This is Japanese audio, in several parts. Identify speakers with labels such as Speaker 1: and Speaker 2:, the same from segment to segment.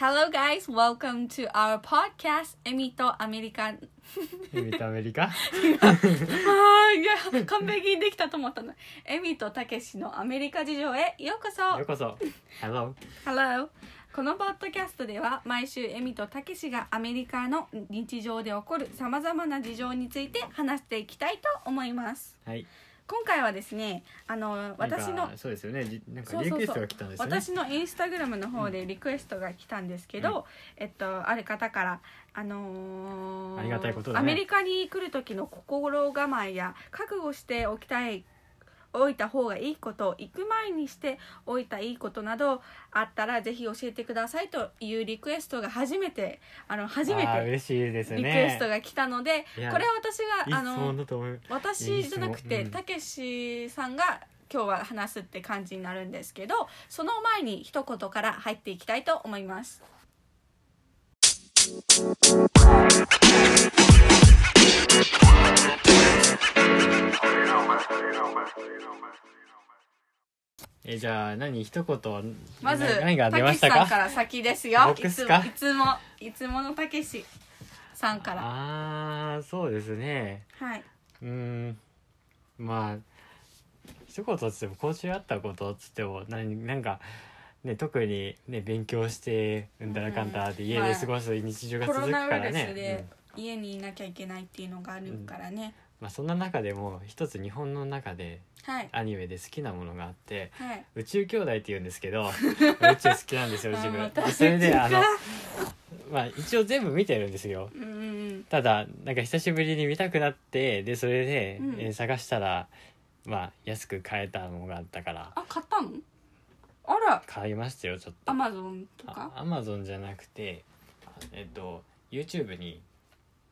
Speaker 1: listeners, welcome to our podcast エミとアメリカン
Speaker 2: 見たアメリカ
Speaker 1: あ ーいや完璧にできたと思ったのエミとたけしのアメリカ事情へようこそ
Speaker 2: ようこそ Hello
Speaker 1: Hello このポッドキャストでは毎週エミとたけしがアメリカの日常で起こるさまざまな事情について話していきたいと思います
Speaker 2: はい
Speaker 1: 今回はですねあの私
Speaker 2: な
Speaker 1: の
Speaker 2: んかそうですよねじなん
Speaker 1: そ
Speaker 2: か
Speaker 1: う
Speaker 2: リ
Speaker 1: そうそう
Speaker 2: クエストが来たんですよね
Speaker 1: 私のインスタグラムの方でリクエストが来たんですけど、えっとある方からあのー
Speaker 2: ありがたいことだね
Speaker 1: アメリカに来る時の心構えや覚悟しておきたいおいた方がいいこと行く前にしておいたいいことなどあったらぜひ教えてくださいというリクエストが初めてあの初め
Speaker 2: あー
Speaker 1: て
Speaker 2: 嬉しいですね
Speaker 1: リクエストが来たので
Speaker 2: いや
Speaker 1: これは私
Speaker 2: いい
Speaker 1: があ
Speaker 2: 質
Speaker 1: の
Speaker 2: 問だと思う
Speaker 1: 私じゃなく
Speaker 2: い
Speaker 1: て
Speaker 2: い質問うん
Speaker 1: たけしさんが今日は話すって感じになるんですけどその前に一言から入っていきたいと思います
Speaker 2: えじゃあ何一言
Speaker 1: まず
Speaker 2: な何が
Speaker 1: たけ
Speaker 2: 出ま
Speaker 1: し
Speaker 2: した
Speaker 1: さん
Speaker 2: か
Speaker 1: から先ですよ
Speaker 2: 僕
Speaker 1: い
Speaker 2: っ
Speaker 1: つ
Speaker 2: す
Speaker 1: も
Speaker 2: か
Speaker 1: いつもいつものたけしさんから
Speaker 2: ああそうですね
Speaker 1: はい、
Speaker 2: うーんまあ一言つっても今週あったことつっても何なんか、ね、特に、ね、勉強してうんだらかんだで
Speaker 1: うん
Speaker 2: 家で過ごす日常が
Speaker 1: コ
Speaker 2: 続
Speaker 1: ロ
Speaker 2: くか
Speaker 1: ナウイ
Speaker 2: ら
Speaker 1: ルス
Speaker 2: ね、
Speaker 1: で
Speaker 2: うん
Speaker 1: 家にいなきゃいけないっていうのがあるからね、
Speaker 2: まあ、そんな中でも一つ日本の中で
Speaker 1: はい
Speaker 2: アニメで好きなものがあって
Speaker 1: はい
Speaker 2: 宇宙兄弟って言うんですけ ど宇宙好きなんですよ自
Speaker 1: あ
Speaker 2: 分
Speaker 1: ー私
Speaker 2: それであの
Speaker 1: か、
Speaker 2: まあ、一応全部見てるんですよ
Speaker 1: うんうんうん
Speaker 2: ただなんか久しぶりに見たくなってでそれで、
Speaker 1: うん
Speaker 2: えー探したらまあ安く買えたのがあったから
Speaker 1: あ買ったのあら
Speaker 2: 買いましたよちょっと
Speaker 1: アマゾンとか
Speaker 2: アマゾンじゃなくてえっと YouTube に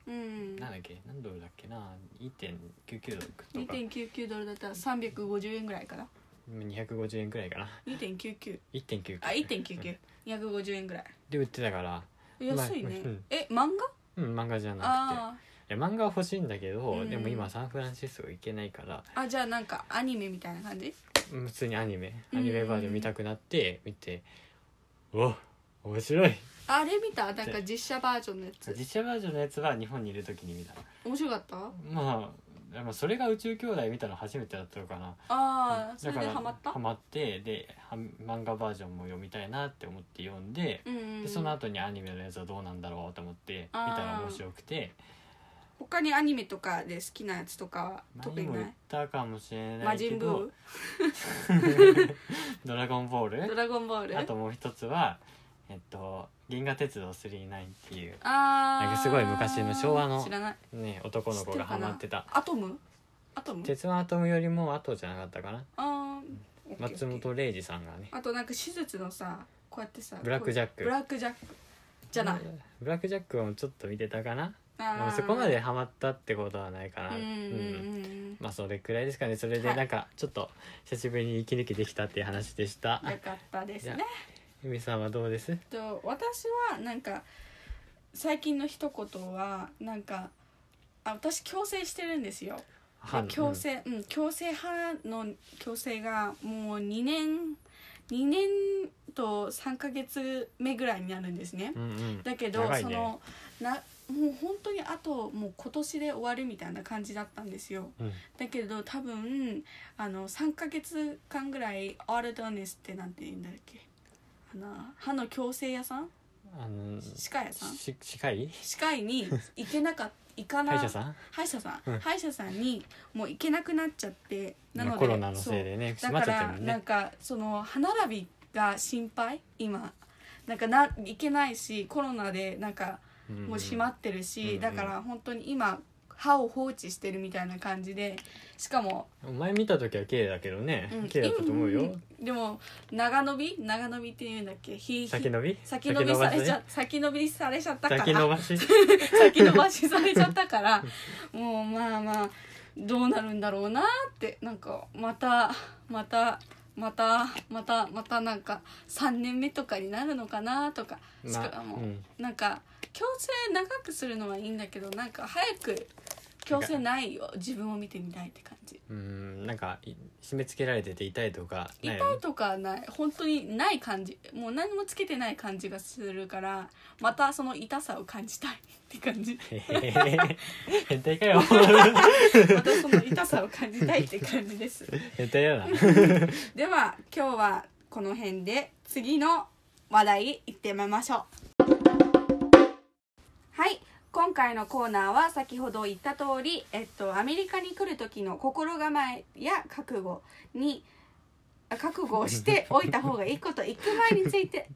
Speaker 1: うん
Speaker 2: 何だっけ何ドルだっけな1.99ドルとか
Speaker 1: 2.99ドルだったら350円ぐらいかな
Speaker 2: 250円くらいかな
Speaker 1: 2.99
Speaker 2: 1.99
Speaker 1: あ1.99250円ぐらい
Speaker 2: で売ってたから
Speaker 1: 安いね、
Speaker 2: まあうん
Speaker 1: え漫
Speaker 2: うん漫画じゃ
Speaker 1: 画
Speaker 2: な
Speaker 1: あ
Speaker 2: くていや漫画は欲しいんだけど、
Speaker 1: うん
Speaker 2: でも今サンフランシスコ行けないから
Speaker 1: ーあじゃあなんかアニメみたいな感じ
Speaker 2: うん普通にアニメ
Speaker 1: う
Speaker 2: ア
Speaker 1: ん
Speaker 2: ニメバージョン見たくなって見て、お面白い
Speaker 1: あれ見たなんか実写バージョンのやつ
Speaker 2: 実写バージョンのやつは日本にいる時に見た
Speaker 1: 面白かった
Speaker 2: まあでもそれが宇宙兄弟見たの初めてだったのかな
Speaker 1: ああそ
Speaker 2: だ
Speaker 1: れ
Speaker 2: か
Speaker 1: で
Speaker 2: ら
Speaker 1: ハマった
Speaker 2: ハマってでは漫画バージョンも読みたいなって思って読んで,、
Speaker 1: うんうんうん
Speaker 2: でその後にアニメのやつはどうなんだろうと思って見た
Speaker 1: あー
Speaker 2: ら面白くて
Speaker 1: 他にアニメとかで好きなやつとかは特
Speaker 2: 何
Speaker 1: に
Speaker 2: も
Speaker 1: な
Speaker 2: 言っ
Speaker 1: い
Speaker 2: たかもしれな
Speaker 1: 魔
Speaker 2: いけ
Speaker 1: 人ブ
Speaker 2: ど
Speaker 1: ー
Speaker 2: 「ドラゴンボー
Speaker 1: ド
Speaker 2: ル
Speaker 1: ラゴンボー」ル
Speaker 2: あともう一つは「えっと、銀河鉄道999」っていう、
Speaker 1: あー
Speaker 2: なんかすごい昔の昭和の
Speaker 1: 知らない
Speaker 2: ね、男の子がハマってた
Speaker 1: アトムアトム
Speaker 2: 「鉄腕アトム」よりも後じゃなかったかな
Speaker 1: あーオッケーオッケー
Speaker 2: 松本零士さんがね
Speaker 1: あとなんか手術のさこうやってさ
Speaker 2: ブラックジャック
Speaker 1: ブラックジャックじゃない
Speaker 2: ブラック・ジャックもちょっと見てたかな
Speaker 1: あ
Speaker 2: でも
Speaker 1: ー
Speaker 2: そこまでハマったってことはないか
Speaker 1: うん
Speaker 2: な
Speaker 1: うん
Speaker 2: うん
Speaker 1: うんうん
Speaker 2: まあそれくらいですかねそれ
Speaker 1: は
Speaker 2: で
Speaker 1: い
Speaker 2: なんかちょっと久しぶりに息抜きできたっていう話でした
Speaker 1: よかったですね
Speaker 2: いやゆみさんはどうです
Speaker 1: と私はなんか最近の一言はなんかあ私矯正してるんですよで
Speaker 2: 反
Speaker 1: 矯正うん、矯正派の矯正がもう2年2年と3ヶ月目ぐらいになるんですね、
Speaker 2: うんうんうん
Speaker 1: だけど、
Speaker 2: 長い
Speaker 1: そ
Speaker 2: ね
Speaker 1: のなもう本当にあともう今年で終わるみたいな感じだったんですよ
Speaker 2: うん
Speaker 1: だけど多分あの3ヶ月間ぐらいアールドネスってなんて言うんだっけあの歯の矯正屋さん
Speaker 2: あの
Speaker 1: 歯科屋さん
Speaker 2: し歯科医
Speaker 1: 歯科医に行けなかっ行かな
Speaker 2: 歯医者さん
Speaker 1: 歯医者さん、
Speaker 2: うん
Speaker 1: 歯医者さんにもう行けなくなっちゃってなの
Speaker 2: まあ
Speaker 1: で
Speaker 2: コロナのせいでね
Speaker 1: そう
Speaker 2: 閉
Speaker 1: だ
Speaker 2: まっ
Speaker 1: か
Speaker 2: ちゃってる
Speaker 1: ら
Speaker 2: もん
Speaker 1: なん
Speaker 2: ね
Speaker 1: かその歯並びが心配今なんかな行けないしコロナでなんかもう閉ま
Speaker 2: っ
Speaker 1: ってるし、
Speaker 2: うんうん
Speaker 1: だから本当に今歯を放置してるみたいな感じでしかも、
Speaker 2: お前見た時は綺麗だけどね
Speaker 1: うん
Speaker 2: 綺麗だったと思うよ
Speaker 1: んでも長伸び長伸びっていうんだっけひひ
Speaker 2: 先延び
Speaker 1: 先延びされちゃ
Speaker 2: っ
Speaker 1: 先延びされちゃった
Speaker 2: た
Speaker 1: から
Speaker 2: 先延 ばし
Speaker 1: 先延ばしされちゃったから もうまあまあどうなるんだろうなってなんかまたまたまたまたまたなんか3年目とかになるのかなとかし
Speaker 2: ま
Speaker 1: か
Speaker 2: あう
Speaker 1: も、
Speaker 2: ん
Speaker 1: なんか矯正長くするのはいいんだけどなんか早く強制ないよ自分を見てみないって感じ
Speaker 2: うんなんかい締め付けられてて痛いとか
Speaker 1: 痛
Speaker 2: ないいよね
Speaker 1: とかない本当にない感じもう何もつけてない感じがするからまたその痛さを感じたいって感じ
Speaker 2: へへへ 変態かよ
Speaker 1: またその痛さを感じたいって感じです
Speaker 2: 変態やな
Speaker 1: では今日はこの辺で次の話題行ってみましょうはい今回のコーナーは先ほど言った通り、えっと、アメリカに来る時の心構えや覚悟にあ覚悟をしておいた方がいいこと行く前について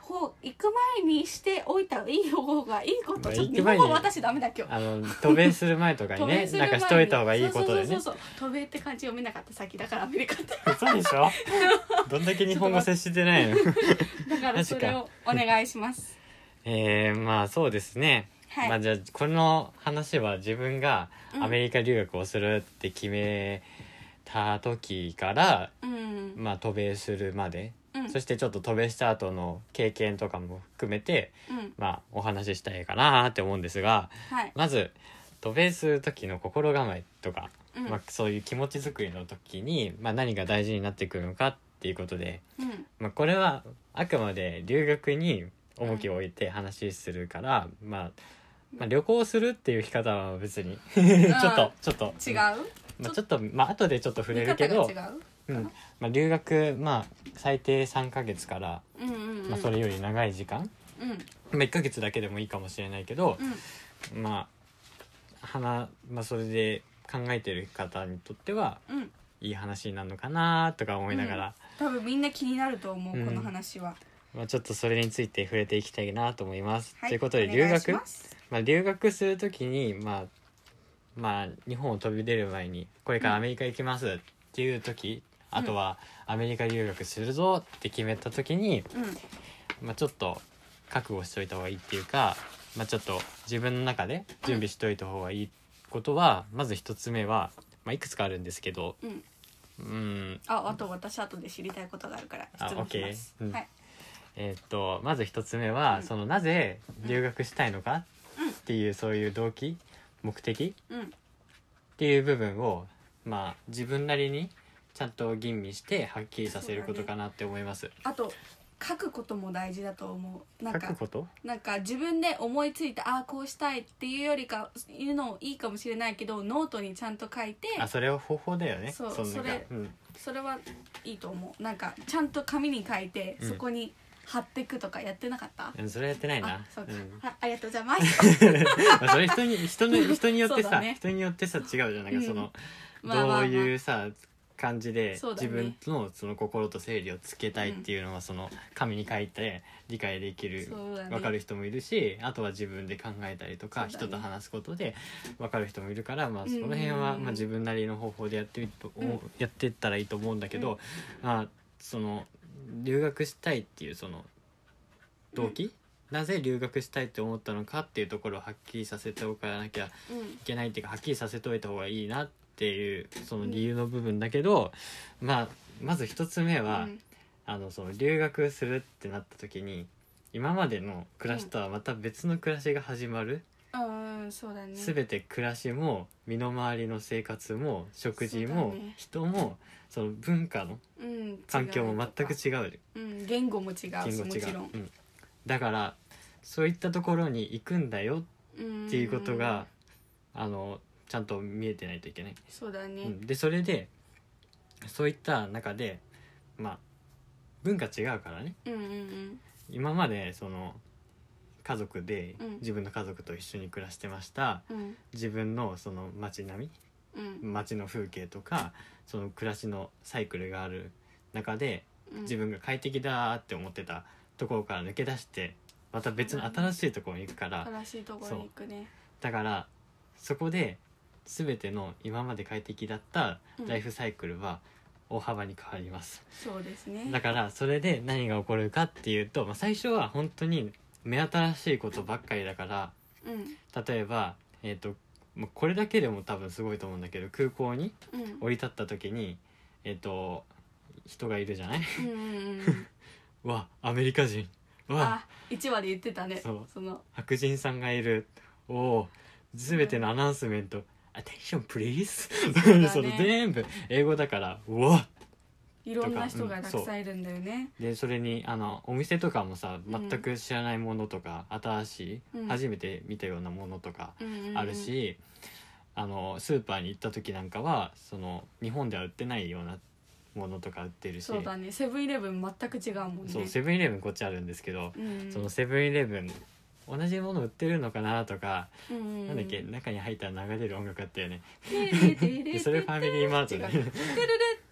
Speaker 1: ほう行く前にしておいたいい方がいいことちょっと日本語私ダメだ今日
Speaker 2: あの渡米する前とか に
Speaker 1: 渡米
Speaker 2: ね
Speaker 1: する
Speaker 2: な
Speaker 1: 前
Speaker 2: ん
Speaker 1: に
Speaker 2: かしといた方がいいことだよ
Speaker 1: そ
Speaker 2: ね
Speaker 1: うそうそうそう渡米って漢字読めなかった先だからアメリカって
Speaker 2: 嘘でしょどんだけ日本語接してないの
Speaker 1: だからそれをお願いします
Speaker 2: えー、まあそうですね、
Speaker 1: はい、
Speaker 2: まあじゃあこの話は自分が
Speaker 1: うん
Speaker 2: アメリカ留学をするって決めた時から、
Speaker 1: うん、
Speaker 2: まあ渡米するまで、
Speaker 1: うん
Speaker 2: そしてちょっと渡米した後の経験とかも含めて
Speaker 1: うん、
Speaker 2: まあお話ししたいかなって思うんですが
Speaker 1: はい、
Speaker 2: まず渡米する時の心構えとか、
Speaker 1: うん、
Speaker 2: まあ、そういう気持ち作りの時に、まあ、何が大事になってくるのかっていうことで、
Speaker 1: うん、
Speaker 2: まあ、これはあくまで留学に重きを置いて話するから、まあ、まあ旅行するっていう生き方は別に ちょっとちょっと
Speaker 1: 違う
Speaker 2: ま。あ、ちょっとまあ後でちょっと触れるけど
Speaker 1: 見方が違う。
Speaker 2: うんまあ、留学、まあ、最低3ヶ月から、
Speaker 1: うんうんうん。
Speaker 2: まあ、それより長い時間、
Speaker 1: うんうん
Speaker 2: まあ、1ヶ月だけでもいいかもしれないけど、まあ花、まあ、それで考えてる方にとっては
Speaker 1: うん。
Speaker 2: いい話になるのかなとか思いながら、
Speaker 1: 多分みんな気になると思う、
Speaker 2: うん
Speaker 1: この話は。
Speaker 2: まあ、ちょっとそれについて触れていきたいなと思います。
Speaker 1: はい。
Speaker 2: ということで
Speaker 1: お
Speaker 2: 留
Speaker 1: 願いし
Speaker 2: 学ま、
Speaker 1: ます
Speaker 2: あ、留学する時に、まあまあ、日本を飛び出る前にこれからアメリカ行きますっていう時、
Speaker 1: ん
Speaker 2: あとはアメリカ留学するぞって決めた時に、
Speaker 1: うん
Speaker 2: まあ、ちょっと覚悟しといた方がいいっていうか、まあ、ちょっと自分の中で準備しといた方がいいことは、まず一つ目は、まあ、いくつかあるんですけど
Speaker 1: うん。
Speaker 2: うん
Speaker 1: あ、あと私後で知りたいことがあるから質問します。
Speaker 2: あ OK うん
Speaker 1: はい。
Speaker 2: えーっとまず一つ目は、
Speaker 1: うん
Speaker 2: そのなぜ留学したいのか
Speaker 1: うん
Speaker 2: っていう、そういう動機目的
Speaker 1: うん
Speaker 2: っていう部分をまあ自分なりにちゃんと吟味してはっきりさせることかなって思います。
Speaker 1: あと書くことも大事だと思う。なん
Speaker 2: 書く
Speaker 1: か
Speaker 2: こと
Speaker 1: なんか自分で思いついてああこうしたいっていうよりかいうのをいいかもしれないけどノートにちゃんと書いて
Speaker 2: あそれは方法だよね。
Speaker 1: そう
Speaker 2: のなんか
Speaker 1: それ
Speaker 2: うん
Speaker 1: それはいいと思うなんかちゃんと紙に書いて
Speaker 2: うん
Speaker 1: そこに貼ってくとかやってなかった、
Speaker 2: うん、それやってない
Speaker 1: あ
Speaker 2: な。
Speaker 1: そうか、
Speaker 2: ん
Speaker 1: あありがとうございます
Speaker 2: まあそれ人に 人の人によって
Speaker 1: そう
Speaker 2: さ、
Speaker 1: だね
Speaker 2: 人によってさ違うじゃんないか、
Speaker 1: うん
Speaker 2: その、
Speaker 1: まあまあまあ
Speaker 2: どういうさ感じで、
Speaker 1: そうだ
Speaker 2: 自
Speaker 1: ね
Speaker 2: 分のその心と整理をつけたいっていうのは、その紙に書いて理解できる
Speaker 1: そうだね
Speaker 2: 分かる人もいるしあとは自分で考えたりとか、
Speaker 1: そうだね
Speaker 2: 人と話すことで分かる人もいるから、まあ、
Speaker 1: うん
Speaker 2: その辺は、
Speaker 1: うん
Speaker 2: まあ、自分なりの方法でやってみと、
Speaker 1: うん
Speaker 2: やってったらいいと思うんだけど、まあ、その留学したいっていうその動機、なぜ留学したいって思ったのかっていうところをはっきりさせておかなきゃい
Speaker 1: うん
Speaker 2: けないっていうかはっきりさせておいた方がいいなっていうその理由の部分だけど、まあまず一つ目は、
Speaker 1: うん
Speaker 2: あのその留学するってなった時に今までの暮らしとはまた別の暮らしが始まる、
Speaker 1: うんそうだね
Speaker 2: 全て暮らしも身の回りの生活も食事
Speaker 1: そう
Speaker 2: も、
Speaker 1: だね
Speaker 2: 人もその文化の
Speaker 1: うん
Speaker 2: 環境も全く
Speaker 1: 違うと
Speaker 2: 違う
Speaker 1: か、うん、言語も違うし
Speaker 2: 言語
Speaker 1: も
Speaker 2: 違
Speaker 1: ち
Speaker 2: う
Speaker 1: ろん、
Speaker 2: うん、だからそういったところに行くんだよ
Speaker 1: うん、
Speaker 2: っていうことが、あのちゃんと見えてないといけない、
Speaker 1: そうだね、
Speaker 2: うん、でそれでそういった中でまあ文化違うからね
Speaker 1: うん、うんうん
Speaker 2: 今までその家族で
Speaker 1: うん
Speaker 2: 自分の家族と一緒に暮らしてました、
Speaker 1: うん
Speaker 2: 自分のその街並
Speaker 1: うん
Speaker 2: み街の風景とかその暮らしのサイクルがある中で
Speaker 1: うん
Speaker 2: 自分が快適だーって思ってたところから抜け出してまた別の新しいところに行くから、
Speaker 1: 正しいところに行くね
Speaker 2: だからそこで全ての今まで快適だったライフサイクルは大幅に変わります、
Speaker 1: そうですね
Speaker 2: だからそれで何が起こるかっていうと、まあ、最初は本当に目新しいことばっかりだから
Speaker 1: うん
Speaker 2: 例えば、えー、ともうこれだけでも多分すごいと思うんだけど空港に
Speaker 1: うん
Speaker 2: 降り立った時にえっ、と人がいるじゃない
Speaker 1: うんうんうん
Speaker 2: わアメリカ人
Speaker 1: あ
Speaker 2: わ
Speaker 1: 一話で言ってたね
Speaker 2: そう
Speaker 1: の
Speaker 2: 白人さんがいるおお全てのアナウンスメント「Attention please
Speaker 1: うだ」ね
Speaker 2: その全部英語だからうわ
Speaker 1: いろんな人がたくさんいるんだよね。
Speaker 2: でそれにあのお店とかもさ全く知らないものとか、新しい、
Speaker 1: うん
Speaker 2: 初めて見たようなものとか
Speaker 1: うんうんうん
Speaker 2: ある、し、あのスーパーに行った時なんかはその日本では売ってないようなものとか売ってるし
Speaker 1: そうだねセブンイレブン全く違うもんね
Speaker 2: そうセブンイレブンこっちあるんですけど、
Speaker 1: うん
Speaker 2: そのセブンイレブン同じもの売ってるのかなとか、
Speaker 1: うんうん
Speaker 2: なんだっけ中に入ったら流れる音楽あったよねで
Speaker 1: で
Speaker 2: それファミリーマートで
Speaker 1: 違うテレ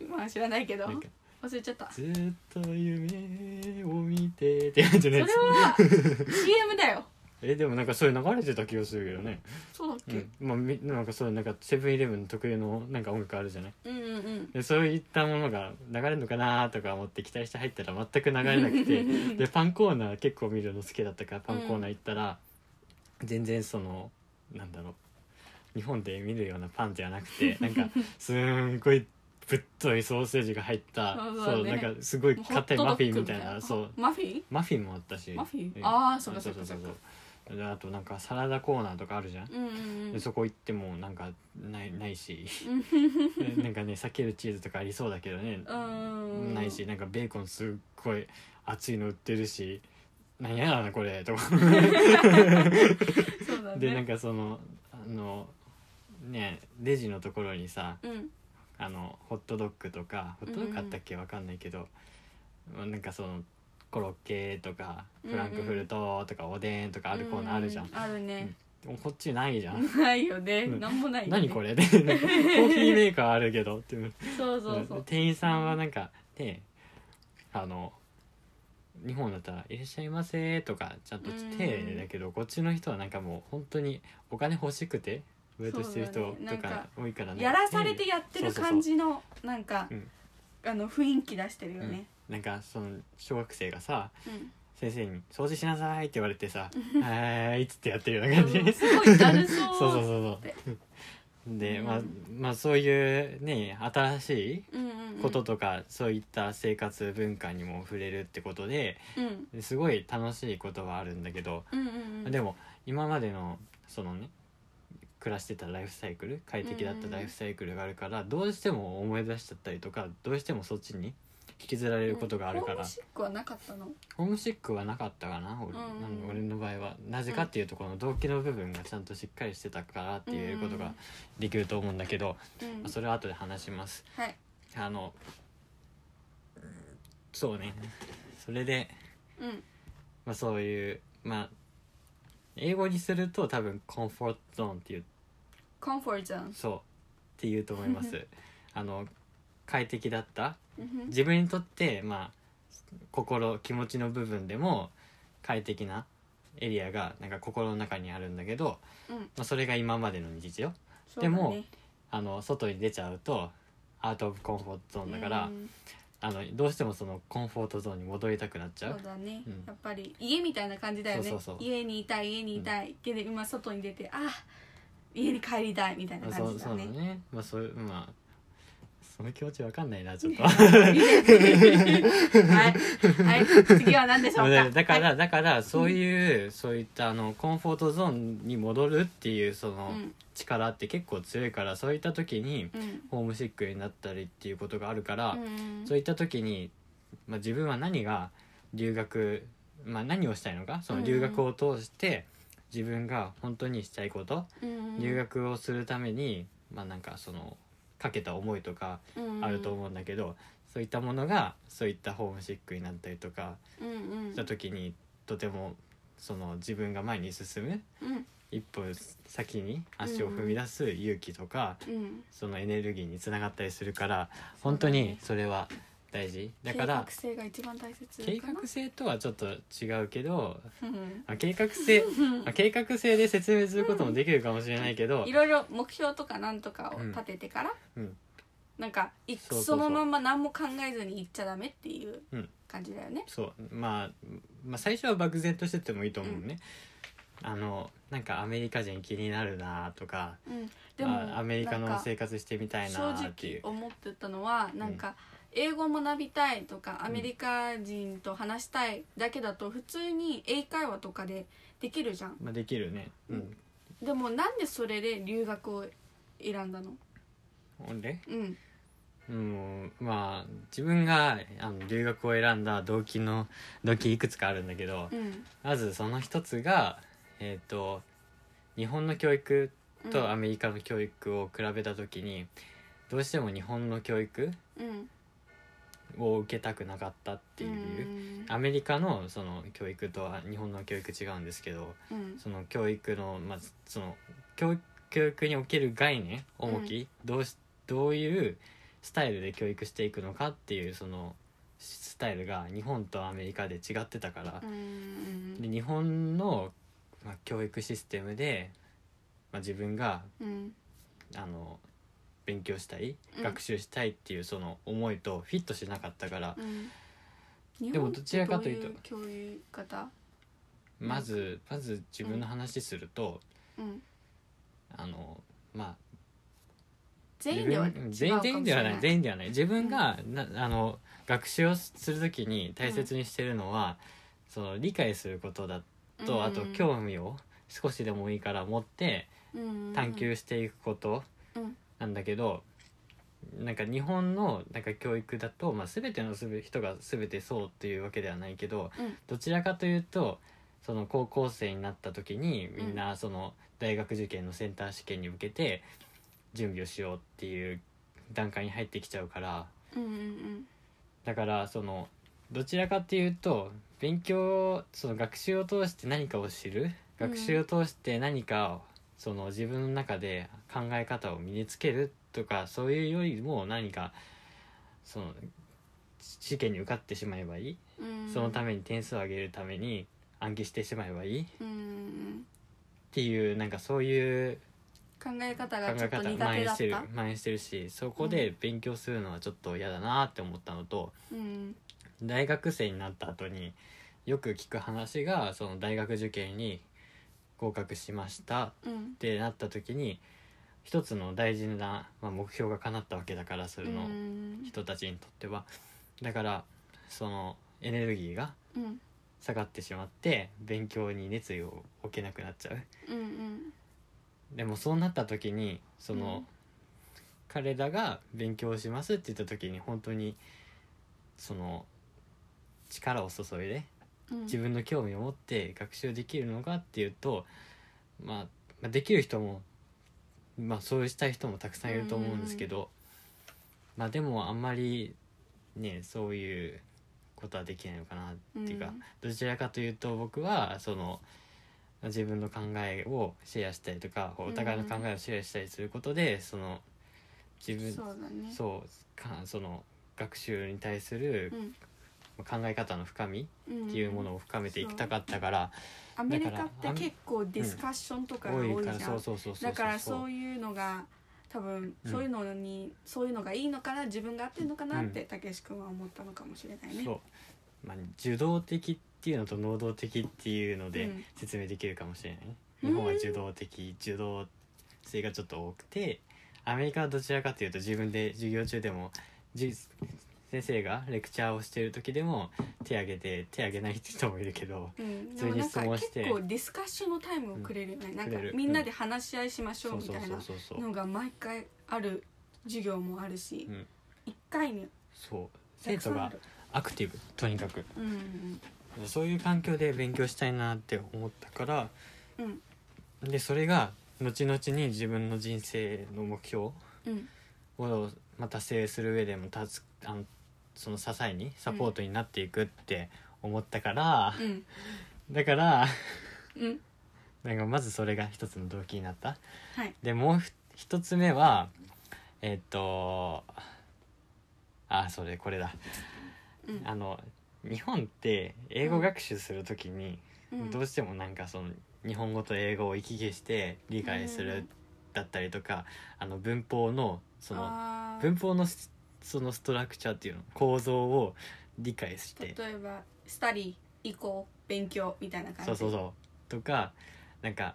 Speaker 1: レまあ知らないけど
Speaker 2: なんか
Speaker 1: 忘れちゃった
Speaker 2: ずっと夢を見てってやつ
Speaker 1: それ
Speaker 2: ね
Speaker 1: は CM だよ
Speaker 2: えでもなんかそれ流れてた気がするけどね、
Speaker 1: そうだっ
Speaker 2: う
Speaker 1: け
Speaker 2: んまあ、みなんかそうなんかセブンイレブン特有のなんか音楽あるじゃない
Speaker 1: うんうんうん
Speaker 2: でそういったものが流れるのかなとか思って期待して入ったら全く流れな くてでパンコーナー結構見るの好きだったからパンコーナー行ったら、全然そのなんだろう日本で見るようなパンではなく てなんかすんごいぶっといソーセージが入った
Speaker 1: そうだね
Speaker 2: そうなんかすごい
Speaker 1: もう
Speaker 2: 硬い
Speaker 1: ホットドッグ
Speaker 2: マフィンみたいなそう
Speaker 1: マフィン
Speaker 2: マフィンもあったし
Speaker 1: マフィン
Speaker 2: うん
Speaker 1: あーそっか
Speaker 2: そう
Speaker 1: そっか
Speaker 2: そ
Speaker 1: そ
Speaker 2: う
Speaker 1: っか
Speaker 2: そうであとなんかサラダコーナーとかあるじゃん、
Speaker 1: うんうんう
Speaker 2: で
Speaker 1: ん
Speaker 2: そこ行ってもなんかないな いしなんかね避けるチーズとかありそうだけどね
Speaker 1: うん
Speaker 2: ないしなんかベーコンすっごい熱いの売ってるしなんやだなこれとか、
Speaker 1: そうだね
Speaker 2: でなんかそのあのねレジのところにさ
Speaker 1: うん
Speaker 2: あのホットドッグとかホットドッグあったっけわかんないけど、まあなんかそのコロッケとかフランクフルトとかおでんとかあるコーナーあるじゃん、
Speaker 1: ううあるね
Speaker 2: もうこっちないじゃん、
Speaker 1: ないよね
Speaker 2: うん
Speaker 1: なんもないよね
Speaker 2: 何これでコーヒーメーカーあるけどって
Speaker 1: そうそうそう
Speaker 2: 店員さんはなんかねあの日本だったら「いらっしゃいませ」とかちゃんと
Speaker 1: うん
Speaker 2: 丁寧だけどこっちの人はなんかもう本当にお金欲しくてウェイトしてる人
Speaker 1: そうだね
Speaker 2: と
Speaker 1: なんか
Speaker 2: か多いからね
Speaker 1: やらされてやってる
Speaker 2: そうそうそう
Speaker 1: 感じのなんか
Speaker 2: うん
Speaker 1: あの雰囲気出してるよね
Speaker 2: なんかその小学生がさ
Speaker 1: うん
Speaker 2: 先生に「掃除しなさい」って言われて さ「はーい」っつってやってるような
Speaker 1: そ
Speaker 2: 感
Speaker 1: う
Speaker 2: じ
Speaker 1: そうすごいだるそう
Speaker 2: そうそうそうそうで
Speaker 1: うん
Speaker 2: まあまあそういうね新しい
Speaker 1: うんうんうん
Speaker 2: こととかそういった生活文化にも触れるってことで
Speaker 1: うん
Speaker 2: すごい楽しいことはあるんだけど
Speaker 1: うんうんうん
Speaker 2: でも今までのそのね暮らしてたライフサイクル快適だったライフサイクルがあるからどうしても思い出しちゃったりとかどうしてもそっちに引きずられることがあるか
Speaker 1: ホーム
Speaker 2: ら
Speaker 1: シックはなかったの
Speaker 2: ホームシックはなかったかな俺,、
Speaker 1: うん
Speaker 2: なん俺の場合はなぜかっていうとこの動機の部分がちゃんとしっかりしてたからっていうことができると思うんだけど、
Speaker 1: うん
Speaker 2: まあそれは後で話します。
Speaker 1: はい
Speaker 2: あのそうねそれで
Speaker 1: うん
Speaker 2: まあ、そういうまあ英語にすると多分コンフォートゾーンっていう
Speaker 1: コンフォートゾーン
Speaker 2: そうっていうと思います あの快適だった
Speaker 1: うん
Speaker 2: 自分にとってまあ心気持ちの部分でも快適なエリアがなんか心の中にあるんだけど、
Speaker 1: うん
Speaker 2: まあ、それが今までの日常
Speaker 1: そうだね
Speaker 2: でもあの外に出ちゃうとアウト・オブ・コンフォートゾーンだから、
Speaker 1: うん
Speaker 2: あのどうしてもそのコンフォートゾーンに戻りたくなっち
Speaker 1: そ
Speaker 2: ゃう
Speaker 1: うだね、
Speaker 2: うん
Speaker 1: やっぱり家みたいな感じだよね
Speaker 2: そうそうそう
Speaker 1: 家にいたい家にいたい、けど今外に出てあ家に帰りたいみたいな
Speaker 2: そ
Speaker 1: 感
Speaker 2: う
Speaker 1: じ
Speaker 2: そ
Speaker 1: だ
Speaker 2: うだ
Speaker 1: ね
Speaker 2: ねまあそういうまあその気持ちわかんないなち ょっと
Speaker 1: はい、はい、次は何でし ょうか
Speaker 2: だか
Speaker 1: は
Speaker 2: らだからそういうそういったあのコンフォートゾーンに戻るっていうそ
Speaker 1: い
Speaker 2: の
Speaker 1: うん
Speaker 2: 力って結構強いからそういった時に
Speaker 1: うん
Speaker 2: ホームシックになったりっていうことがあるから
Speaker 1: うん
Speaker 2: そういった時にまあ自分は何が留学まあ何をしたいのかその留学を通して自分が本当にしたいこと
Speaker 1: うん
Speaker 2: 留学をするためにまあなんかそのかけた思いとかあると思うんだけど、そういったものがそういったホームシックになったりとか
Speaker 1: うんうんうん
Speaker 2: した時にとてもその自分が前に進む
Speaker 1: うん
Speaker 2: 一歩先に足を踏み出す勇気とか、
Speaker 1: うん
Speaker 2: そのエネルギーにつながったりするから本当にそれは大事だか
Speaker 1: 計
Speaker 2: ら
Speaker 1: 画性が一番大切
Speaker 2: 計
Speaker 1: かな
Speaker 2: 画性とはちょっと違うけど
Speaker 1: うん
Speaker 2: あ計画 性あ計画性で説明することもできるかもしれないけど
Speaker 1: い、ろいろ目標とかなんとかを立ててから、
Speaker 2: うん、
Speaker 1: なんかい
Speaker 2: そうそ
Speaker 1: そ
Speaker 2: うそ
Speaker 1: の
Speaker 2: う
Speaker 1: まんま何も考えずに行っちゃダメっていう
Speaker 2: うん
Speaker 1: 感じだよね。
Speaker 2: そうまあ、まあ最初は漠然としててもいいと思うね、あのなんかアメリカ人気になるなとか
Speaker 1: うん、で
Speaker 2: あ
Speaker 1: も
Speaker 2: アメリカ
Speaker 1: なん
Speaker 2: の
Speaker 1: か
Speaker 2: 生活してみたい
Speaker 1: 正
Speaker 2: なってい
Speaker 1: 直
Speaker 2: う
Speaker 1: 思ってたのはなんか英語学びたいとかアメリカ人と話したいだけだと普通に英会話とかでできるじゃん。
Speaker 2: まあ、できるね、うん
Speaker 1: でもなんでそれで留学を選んだの
Speaker 2: 俺
Speaker 1: うん
Speaker 2: うん、まあ自分があの留学を選んだ動機の動機いくつかあるんだけど
Speaker 1: うん
Speaker 2: まずその一つがえっ、と日本の教育
Speaker 1: うん
Speaker 2: とアメリカの教育を比べた時に、どうしても日本の教育
Speaker 1: うんっ
Speaker 2: を受けたくなかったっていう理由、アメリカのその教育とは日本の教育違うんですけど
Speaker 1: うん
Speaker 2: その教育のまずその教教育における概念重き、どうしどういうスタイルで教育していくのかっていうそのスタイルが日本とアメリカで違ってたから
Speaker 1: う、ん
Speaker 2: で日本の、まあ、教育システムで、まあ、自分が
Speaker 1: うん
Speaker 2: あの勉強したい
Speaker 1: うん
Speaker 2: 学習したいっていうその思いとフィットしなかったから、
Speaker 1: うん
Speaker 2: でもどちらかというと
Speaker 1: 日本ってどういう教育方
Speaker 2: まずまず自分の話すると、
Speaker 1: うん
Speaker 2: あのまあ
Speaker 1: 全員では
Speaker 2: 自分全員全員ではない全員ではない自分が、なあの学習をする時に大切にしてるのは、その理解することだと、あと興味を少しでもいいから持って
Speaker 1: 日
Speaker 2: 探求していくこと
Speaker 1: うん
Speaker 2: なんだけど、なんか日本のなんか教育だと、まあ、全てのすべ人が全てそうっていうわけではないけど
Speaker 1: うん
Speaker 2: どちらかというとその高校生になった時にみんなその大学受験のセンター試験に向けて準備をしようっていう段階に入ってきちゃうから
Speaker 1: うんうん
Speaker 2: だからそのどちらかっていうと勉強その学習を通して何かを知る
Speaker 1: うん
Speaker 2: 学習を通して何かをその自分の中で考え方を身につけるとかそういうよりも何かその試験に受かってしまえばいい
Speaker 1: うんうん
Speaker 2: そのために点数を上げるために暗記してしまえばいいっ
Speaker 1: うんうん
Speaker 2: ていうなんかそういう
Speaker 1: 考え方
Speaker 2: 考
Speaker 1: がちょ
Speaker 2: え
Speaker 1: っと
Speaker 2: 方
Speaker 1: 苦手
Speaker 2: 蔓延
Speaker 1: だ
Speaker 2: し
Speaker 1: って
Speaker 2: る
Speaker 1: た
Speaker 2: 蔓延してるしそこで勉強するのはちょっと嫌だなって思ったのと
Speaker 1: うん
Speaker 2: 大学生になった後によく聞く話がその大学受験に合格しましたっ
Speaker 1: うん
Speaker 2: てなった時に一つの大事な、まあ、目標が叶ったわけだからそれの
Speaker 1: うん
Speaker 2: 人たちにとってはだからそのエネルギーが
Speaker 1: うん
Speaker 2: 下がってしまって勉強に熱意を置けなくなっちゃう
Speaker 1: うん
Speaker 2: でもそうなった時にその、
Speaker 1: うん
Speaker 2: 彼らが勉強しますって言った時に本当にその力を注いで
Speaker 1: うん
Speaker 2: 自分の興味を持って学習できるのかっていうと、まあ、まあできる人も、まあ、そうしたい人もたくさんいると思うんですけど、まあでもあんまりねそういうことはできないのかなっていうか、どちらかというと僕はその自分の考えをシェアしたりとかお互いの考えをシェアしたりすることで、その自分
Speaker 1: そうだね
Speaker 2: そうかその学習に対する
Speaker 1: うん
Speaker 2: 考え方の深み
Speaker 1: うん
Speaker 2: っていうものを深めていきたかったから、
Speaker 1: アメリカって結構ディスカッションとかが多
Speaker 2: 多い
Speaker 1: い
Speaker 2: から
Speaker 1: じゃ
Speaker 2: そうんそうそうそう
Speaker 1: だからそうういうのが多分
Speaker 2: うん
Speaker 1: そういうのにそういうのがいいのかな自分が合ってるのかなって
Speaker 2: う
Speaker 1: たけし君は思ったのかもしれないね
Speaker 2: そう、まあ、受動的っていうのと能動的っていうの
Speaker 1: う
Speaker 2: で
Speaker 1: ん
Speaker 2: 説明できるかもしれないね、
Speaker 1: うん
Speaker 2: 日本は受動的受動性がちょっと多くてアメリカはどちらかというと自分で授業中でもじ先生がレクチャーをしてる時でも手挙げて手挙げない人もいるけど
Speaker 1: うん、で
Speaker 2: 普通
Speaker 1: もな
Speaker 2: に
Speaker 1: ん
Speaker 2: 質
Speaker 1: か
Speaker 2: 問
Speaker 1: 結
Speaker 2: して
Speaker 1: 構ディスカッションのタイムをくれるよね、なんか
Speaker 2: くれる
Speaker 1: みんなで話し合いしましょ
Speaker 2: そうう
Speaker 1: み
Speaker 2: そ
Speaker 1: た
Speaker 2: う
Speaker 1: い
Speaker 2: そう
Speaker 1: な
Speaker 2: そうそう
Speaker 1: のが毎回ある授業もあるし、
Speaker 2: うん
Speaker 1: 一回に
Speaker 2: そう
Speaker 1: た
Speaker 2: 生
Speaker 1: くさ
Speaker 2: 徒
Speaker 1: んあ
Speaker 2: が
Speaker 1: る
Speaker 2: アクティブとにかく
Speaker 1: うん
Speaker 2: そういう環境で勉強したいなって思ったから
Speaker 1: うんうん
Speaker 2: でそれが後々に自分の人生の目標
Speaker 1: うん
Speaker 2: をまあ達成する上でもたつあのその支えにサポートになっていくって思ったから、
Speaker 1: うん
Speaker 2: だから
Speaker 1: うん
Speaker 2: なんかまずそれが一つの動機になった。
Speaker 1: はい
Speaker 2: でもうふ一つ目はえっとあそれこれだ
Speaker 1: うん
Speaker 2: あの日本って英語学習するときに
Speaker 1: うん
Speaker 2: どうしてもなんかその日本語と英語を行き来して理解す
Speaker 1: う
Speaker 2: る
Speaker 1: ん
Speaker 2: だったりとかあの文法のその
Speaker 1: あー
Speaker 2: 文法のスそのストラクチャーっていうの構造を理解して
Speaker 1: 例えばスタリー以降勉強みたいな感じ
Speaker 2: そうそうそうとかなんか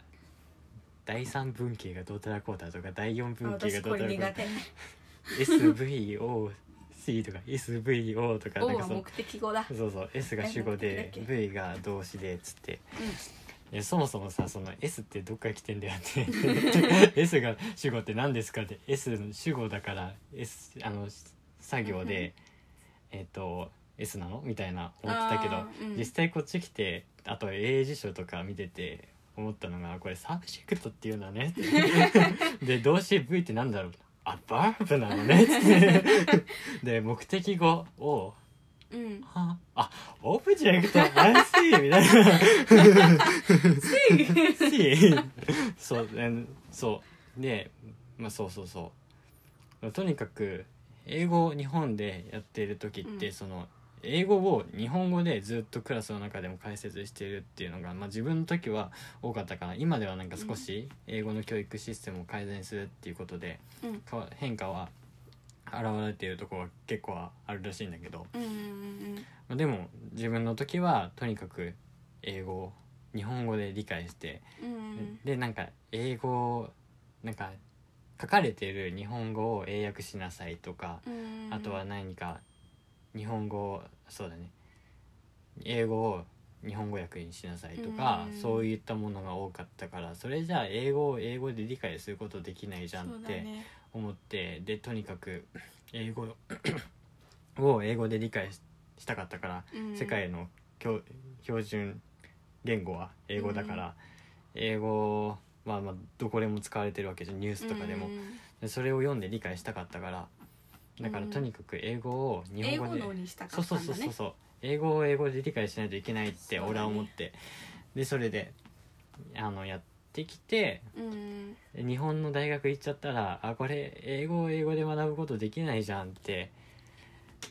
Speaker 2: 第三文型がどうたらこうたらとか第四
Speaker 1: あ
Speaker 2: 文型
Speaker 1: 私
Speaker 2: がど
Speaker 1: こ
Speaker 2: うた
Speaker 1: れ
Speaker 2: らこう
Speaker 1: 苦
Speaker 2: たら
Speaker 1: 手
Speaker 2: SVOC とか SVO とか
Speaker 1: O
Speaker 2: なんか
Speaker 1: は
Speaker 2: その
Speaker 1: 目的語だ
Speaker 2: そうそう S が主語で
Speaker 1: えなんだっけ
Speaker 2: V が動詞でっつってえそもそもさその S ってどっから来てんだよって S が主語って何ですかって S の主語だから S あの作業で、えっと S なのみたいな思ってたけど
Speaker 1: あ、ーうん
Speaker 2: 実際こっち来てあと英辞書とか見てて思ったのがこれサブジェクトっていうのは ねってで動詞 V ってなんだろうあバーブなの ねっつってで目的語を
Speaker 1: うん
Speaker 2: ああオブジェクト安いみたいな。しそう、えーそうでまあそうそうそうとにかく英語を日本でやっている時って、
Speaker 1: うん
Speaker 2: その英語を日本語でずっとクラスの中でも解説しているっていうのが、まあ、自分の時は多かったかな今ではなんか少し英語の教育システムを改善するっていうことで
Speaker 1: うん
Speaker 2: 変わ変化は現れているところは結構あるらしいんだけど、
Speaker 1: うんうん
Speaker 2: まあでも自分の時はとにかく英語を日本語で理解して
Speaker 1: うんうん
Speaker 2: でなんか英語をなんか書かれている日本語を英訳しなさいとか、
Speaker 1: うん
Speaker 2: あとは何か日本語をそうだね英語を日本語訳にしなさいとか、
Speaker 1: うん
Speaker 2: そういったものが多かったからそれじゃあ英語を英語で理解することできないじゃんっ
Speaker 1: そうだ
Speaker 2: て、
Speaker 1: ね
Speaker 2: 思ってでとにかく英語 を英語で理解ししたかったから
Speaker 1: うん
Speaker 2: 世界の標標準言語は英語だから、英語はまあどこでも使われてるわけじゃんニュースとかでも、
Speaker 1: うん
Speaker 2: でそれを読んで理解したかったからだから
Speaker 1: うん
Speaker 2: とにかく英語を日
Speaker 1: 英
Speaker 2: 本
Speaker 1: 語
Speaker 2: 語で、
Speaker 1: 能にしたか
Speaker 2: そう
Speaker 1: った
Speaker 2: そうんそう
Speaker 1: だ
Speaker 2: そう
Speaker 1: ね
Speaker 2: そう英語を英語で理解しないといけないって
Speaker 1: そうだね
Speaker 2: 俺は思って、でそれであのやってきて
Speaker 1: うん
Speaker 2: 日本の大学行っちゃったらあこれ英語を英語で学ぶことできないじゃんって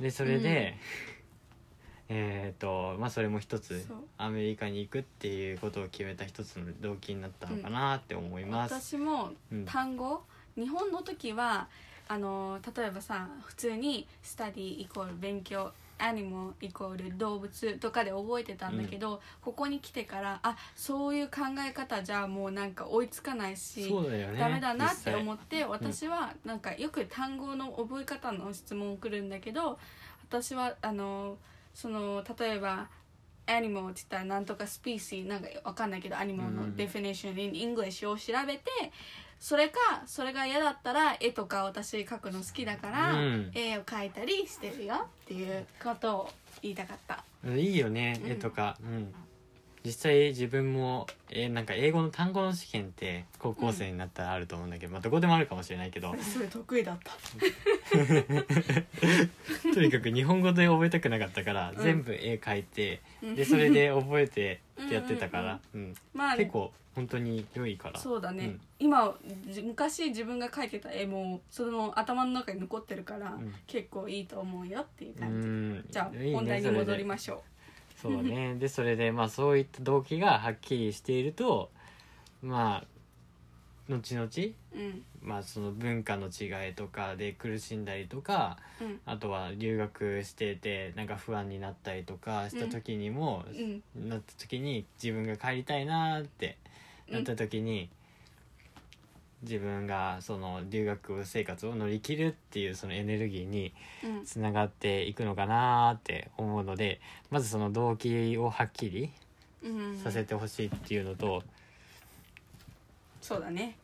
Speaker 2: でそれで、 えっ、とまあそれも一つ
Speaker 1: そう
Speaker 2: アメリカに行くっていうことを決めた一つの動機になったのかなって思います。
Speaker 1: 私も
Speaker 2: うん
Speaker 1: 単語日本の時はあの例えばさ普通に「スタディイコール勉強」「アニモイコール動物」とかで覚えてたんだけど、ここに来てからあそういう考え方じゃもうなんか追いつかないし、
Speaker 2: そうだよね
Speaker 1: ダメだなっ
Speaker 2: 実
Speaker 1: て
Speaker 2: 際
Speaker 1: 思って私はなんかよく単語の覚え方の質問を送るんだけど私はあのその例えば「アニモ」って言ったらなんとかスピーシーなんかわかんないけどアニモ
Speaker 2: うんうん
Speaker 1: のデフィニッション in English を調べてそれかそれが嫌だったら絵とか私描くの好きだから、
Speaker 2: うん
Speaker 1: 絵を描いたりしてるよっていうことを言いたかった。
Speaker 2: うんいいよね
Speaker 1: うん
Speaker 2: 絵とか、うん実際自分も、えーなんか英語の単語の試験って高校生になったらあると思うんだけど、まあどこでもあるかもしれないけど
Speaker 1: それ得意だった。
Speaker 2: とにかく日本語で覚えたくなかったから、
Speaker 1: うん
Speaker 2: 全部絵描いて
Speaker 1: うん
Speaker 2: でそれで覚えてってやってたから、うん
Speaker 1: まあ
Speaker 2: 結構本当に良いから
Speaker 1: そうだね、
Speaker 2: うん
Speaker 1: 今じ昔自分が描いてた絵もその頭の中に残ってるから、
Speaker 2: ん
Speaker 1: 結構いいと思うよっていう
Speaker 2: う
Speaker 1: 感じ、
Speaker 2: ん
Speaker 1: じゃあ
Speaker 2: いいね
Speaker 1: 本題に戻り
Speaker 2: それで
Speaker 1: ましょ
Speaker 2: そうねでそれでまあそういった動機がはっきりしているとまあ後々
Speaker 1: ううん
Speaker 2: まあその文化の違いとかで苦しんだりとか
Speaker 1: うん
Speaker 2: あとは留学しててなんか不安になったりとかした時にも、
Speaker 1: うん
Speaker 2: なった時に自分が帰りたいなーって
Speaker 1: うん
Speaker 2: なった時に、自分がその留学生活を乗り切るっていうそのエネルギーに
Speaker 1: うん
Speaker 2: つながっていくのかなーって思うのでまずその動機をはっきり
Speaker 1: うん
Speaker 2: させてほしいっていうのと、
Speaker 1: そうだね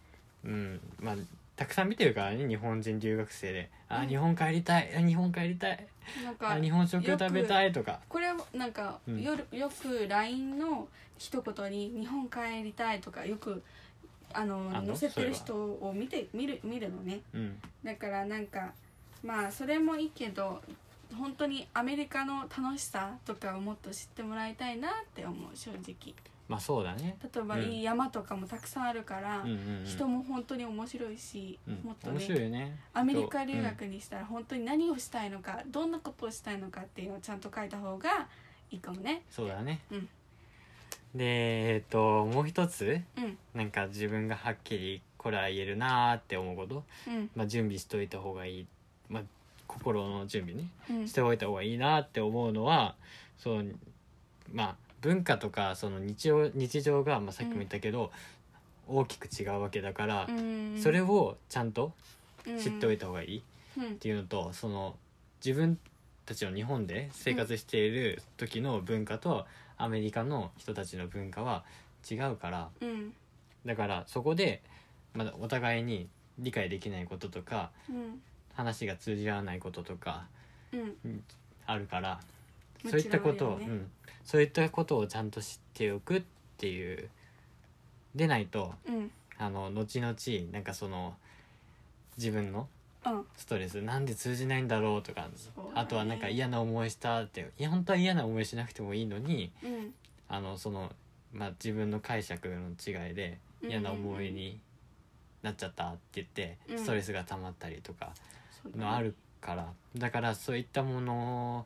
Speaker 2: うんまあ、たくさん見てるからね日本人留学生で「あ
Speaker 1: うん
Speaker 2: ー日本帰りたいあ日本帰りたい
Speaker 1: なんか
Speaker 2: あ日本食食べたい」とか。
Speaker 1: これはなんか、
Speaker 2: うん
Speaker 1: よよく LINE の一言に「日本帰りたい」とかよくあの
Speaker 2: あの
Speaker 1: 載せてる
Speaker 2: そ
Speaker 1: 人を見て見る見るのね
Speaker 2: うん
Speaker 1: だからなんかまあそれもいいけど本当にアメリカの楽しさとかをもっと知ってもらいたいなって思う正直
Speaker 2: まあそうだね。
Speaker 1: 例えば
Speaker 2: うん
Speaker 1: いい山とかもたくさんあるから、
Speaker 2: うんうんうん
Speaker 1: 人も本当に面白いし、
Speaker 2: うん
Speaker 1: もっと
Speaker 2: 面白い
Speaker 1: ね
Speaker 2: よね
Speaker 1: アメリカ
Speaker 2: そ
Speaker 1: 留
Speaker 2: ううん
Speaker 1: 学にしたら本当に何をしたいのか、どんなことをしたいのかっていうのをちゃんと書いた方がいいかもね
Speaker 2: そうだね、
Speaker 1: うん
Speaker 2: でえっともう一つ
Speaker 1: うん
Speaker 2: なんか自分がはっきりこれは言えるなーって思うこと、
Speaker 1: うん
Speaker 2: まあ、準備しといた方がいい、まあ、心の準備ね
Speaker 1: うん
Speaker 2: しておいた方がいいなーって思うのはそうまあ文化とかその日常日常が、まあ、さっきも言ったけど、大きく違うわけだから、
Speaker 1: うん
Speaker 2: それをちゃんと
Speaker 1: うん
Speaker 2: 知っておいた方がいい、
Speaker 1: うん
Speaker 2: っていうのとその自分たちの日本で生活している時の文化とアメリカの人たちの文化は違うから
Speaker 1: うん
Speaker 2: だからそこでまだお互いに理解できないこととか
Speaker 1: うん
Speaker 2: 話が通じ合わないこととか
Speaker 1: うん
Speaker 2: あるから
Speaker 1: もちろん
Speaker 2: そういったことを、
Speaker 1: ある
Speaker 2: う
Speaker 1: よね
Speaker 2: ん、そういったことをちゃんと知っておくっていうでないと
Speaker 1: うん
Speaker 2: あの後々なんかその自分の
Speaker 1: うん
Speaker 2: ストレスなんで通じないんだろうとか
Speaker 1: うだね
Speaker 2: あとはなんか嫌な思いしたっていや本当は嫌な思いしなくてもいいのに
Speaker 1: うん
Speaker 2: あのその、まあ、自分の解釈の違いで
Speaker 1: うん
Speaker 2: 嫌な思いになっちゃったって言って
Speaker 1: うん
Speaker 2: ストレスが溜まったりとか
Speaker 1: そうだね
Speaker 2: のあるからだからそういったものを、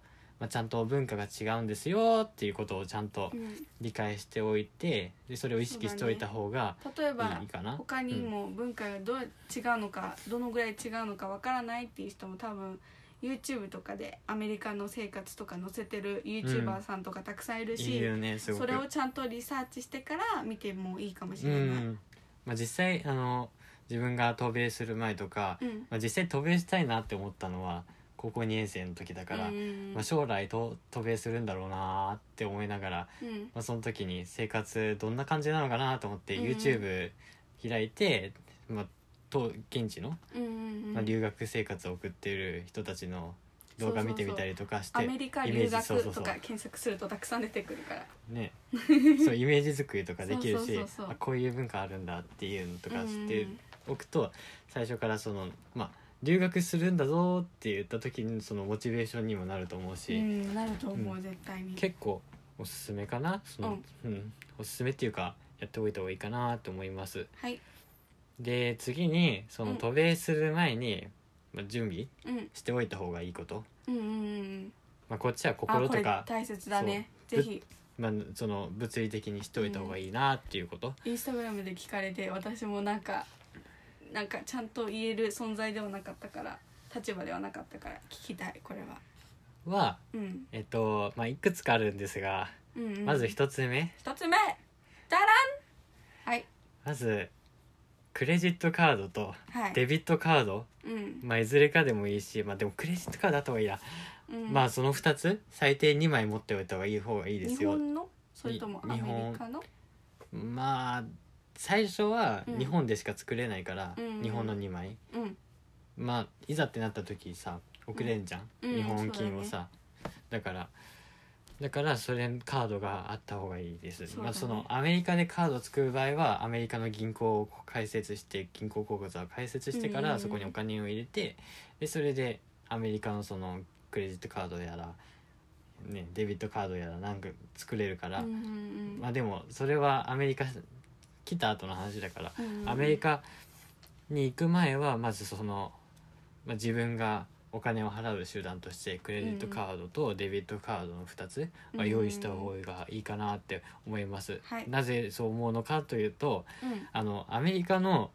Speaker 2: まあ、ちゃんと文化が違うんですよっていうことをちゃんと
Speaker 1: うん
Speaker 2: 理解しておいてでそれを意識しておいた方が
Speaker 1: 例えば
Speaker 2: いいかな。
Speaker 1: 他にも文化がどう違うのか、どのぐらい違うのかわからないっていう人も多分 YouTube とかでアメリカの生活とか載せてる YouTuber さんとかたくさんいる
Speaker 2: い
Speaker 1: し、
Speaker 2: いよねすごく
Speaker 1: それをちゃんとリサーチしてから見てもいいかもし
Speaker 2: う
Speaker 1: れない。
Speaker 2: んまあ、実際あの自分が渡米する前とか、
Speaker 1: うん
Speaker 2: まあ、実際渡米したいなって思ったのは高校2年生の時だから、
Speaker 1: うん
Speaker 2: まあ、将来と渡米するんだろうなーって思いながら、
Speaker 1: うん
Speaker 2: まあ、その時に生活どんな感じなのかなと思って
Speaker 1: うん
Speaker 2: YouTube 開いて、まあ、と現地の、
Speaker 1: うんうんうん
Speaker 2: まあ、留学生活を送ってる人たちの動画見てみたりとかして
Speaker 1: アメリカ
Speaker 2: イメー
Speaker 1: 留
Speaker 2: ジそうそ
Speaker 1: 学
Speaker 2: う
Speaker 1: と
Speaker 2: そう
Speaker 1: か検索するとたくさん出てくるから
Speaker 2: ね、そうイメージ作りとかできる
Speaker 1: そうそ
Speaker 2: し
Speaker 1: うそうそう
Speaker 2: あこういう文化あるんだっていうのとか知って
Speaker 1: うん
Speaker 2: おくと、最初からそのまあ留学するんだぞって言った時にそのモチベーションにもなると思う
Speaker 1: う
Speaker 2: し、
Speaker 1: んなると思う、
Speaker 2: うん
Speaker 1: 絶対に
Speaker 2: 結構おすすめかなその、うんおすすめっていうかやっておいた方がいいかなと思います。
Speaker 1: はい
Speaker 2: で次にそうの
Speaker 1: ん
Speaker 2: 渡米する前に、まあ、準備
Speaker 1: うん
Speaker 2: しておいた方がいいこと、
Speaker 1: うんうんうん
Speaker 2: まあ、こっちは
Speaker 1: あ
Speaker 2: 心
Speaker 1: ことれ
Speaker 2: か、
Speaker 1: 大切だね
Speaker 2: そう
Speaker 1: ぜひ
Speaker 2: まあ、その物理的にしておいた方がいいなっていうこと。
Speaker 1: インスタグラムで聞かれて私もなんかなんかちゃんと言える存在ではなかったから立場ではなかったから聞きたいこれは、
Speaker 2: は
Speaker 1: うん
Speaker 2: えっとまあ、いくつかあるんですが、
Speaker 1: うんうん
Speaker 2: まず一つ目
Speaker 1: 一つ目ダランはい
Speaker 2: まずクレジットカードと
Speaker 1: はい
Speaker 2: デビットカード、
Speaker 1: うん
Speaker 2: まあ、いずれかでもいいし、まあ、でもクレジットカードあった方がいいな、
Speaker 1: うん
Speaker 2: まあその2つ最低2枚持っておいた方がいい方がいいです
Speaker 1: 日
Speaker 2: よ
Speaker 1: 本のそれともアメ
Speaker 2: に
Speaker 1: リ
Speaker 2: 日本
Speaker 1: カの
Speaker 2: まあ最初は
Speaker 1: うん
Speaker 2: 日本でしか作れないから、
Speaker 1: うん
Speaker 2: 日本の2枚
Speaker 1: うん
Speaker 2: まあいざってなった時さ送れんじゃん、
Speaker 1: うん
Speaker 2: 日本金をさ、だからだからそれカードがあった方がいいです、
Speaker 1: そうだね
Speaker 2: まあそのアメリカでカードを作る場合はアメリカの銀行を開設して銀行口座を開設してか
Speaker 1: うんうんう
Speaker 2: ら
Speaker 1: ん
Speaker 2: そこにお金を入れてでそれでアメリカのそのクレジットカードやら、ね、デビットカードやらなんか作れるから、
Speaker 1: うんうん
Speaker 2: まあでもそれはアメリカ来た後の話だから
Speaker 1: うんうん
Speaker 2: アメリカに行く前はまずその、まあ、自分がお金を払う手段としてクレジットカードとデビットカードの2つは用意した方がいいかなって思います。
Speaker 1: はい
Speaker 2: なぜそう思うのかというと
Speaker 1: うん
Speaker 2: あのアメリカの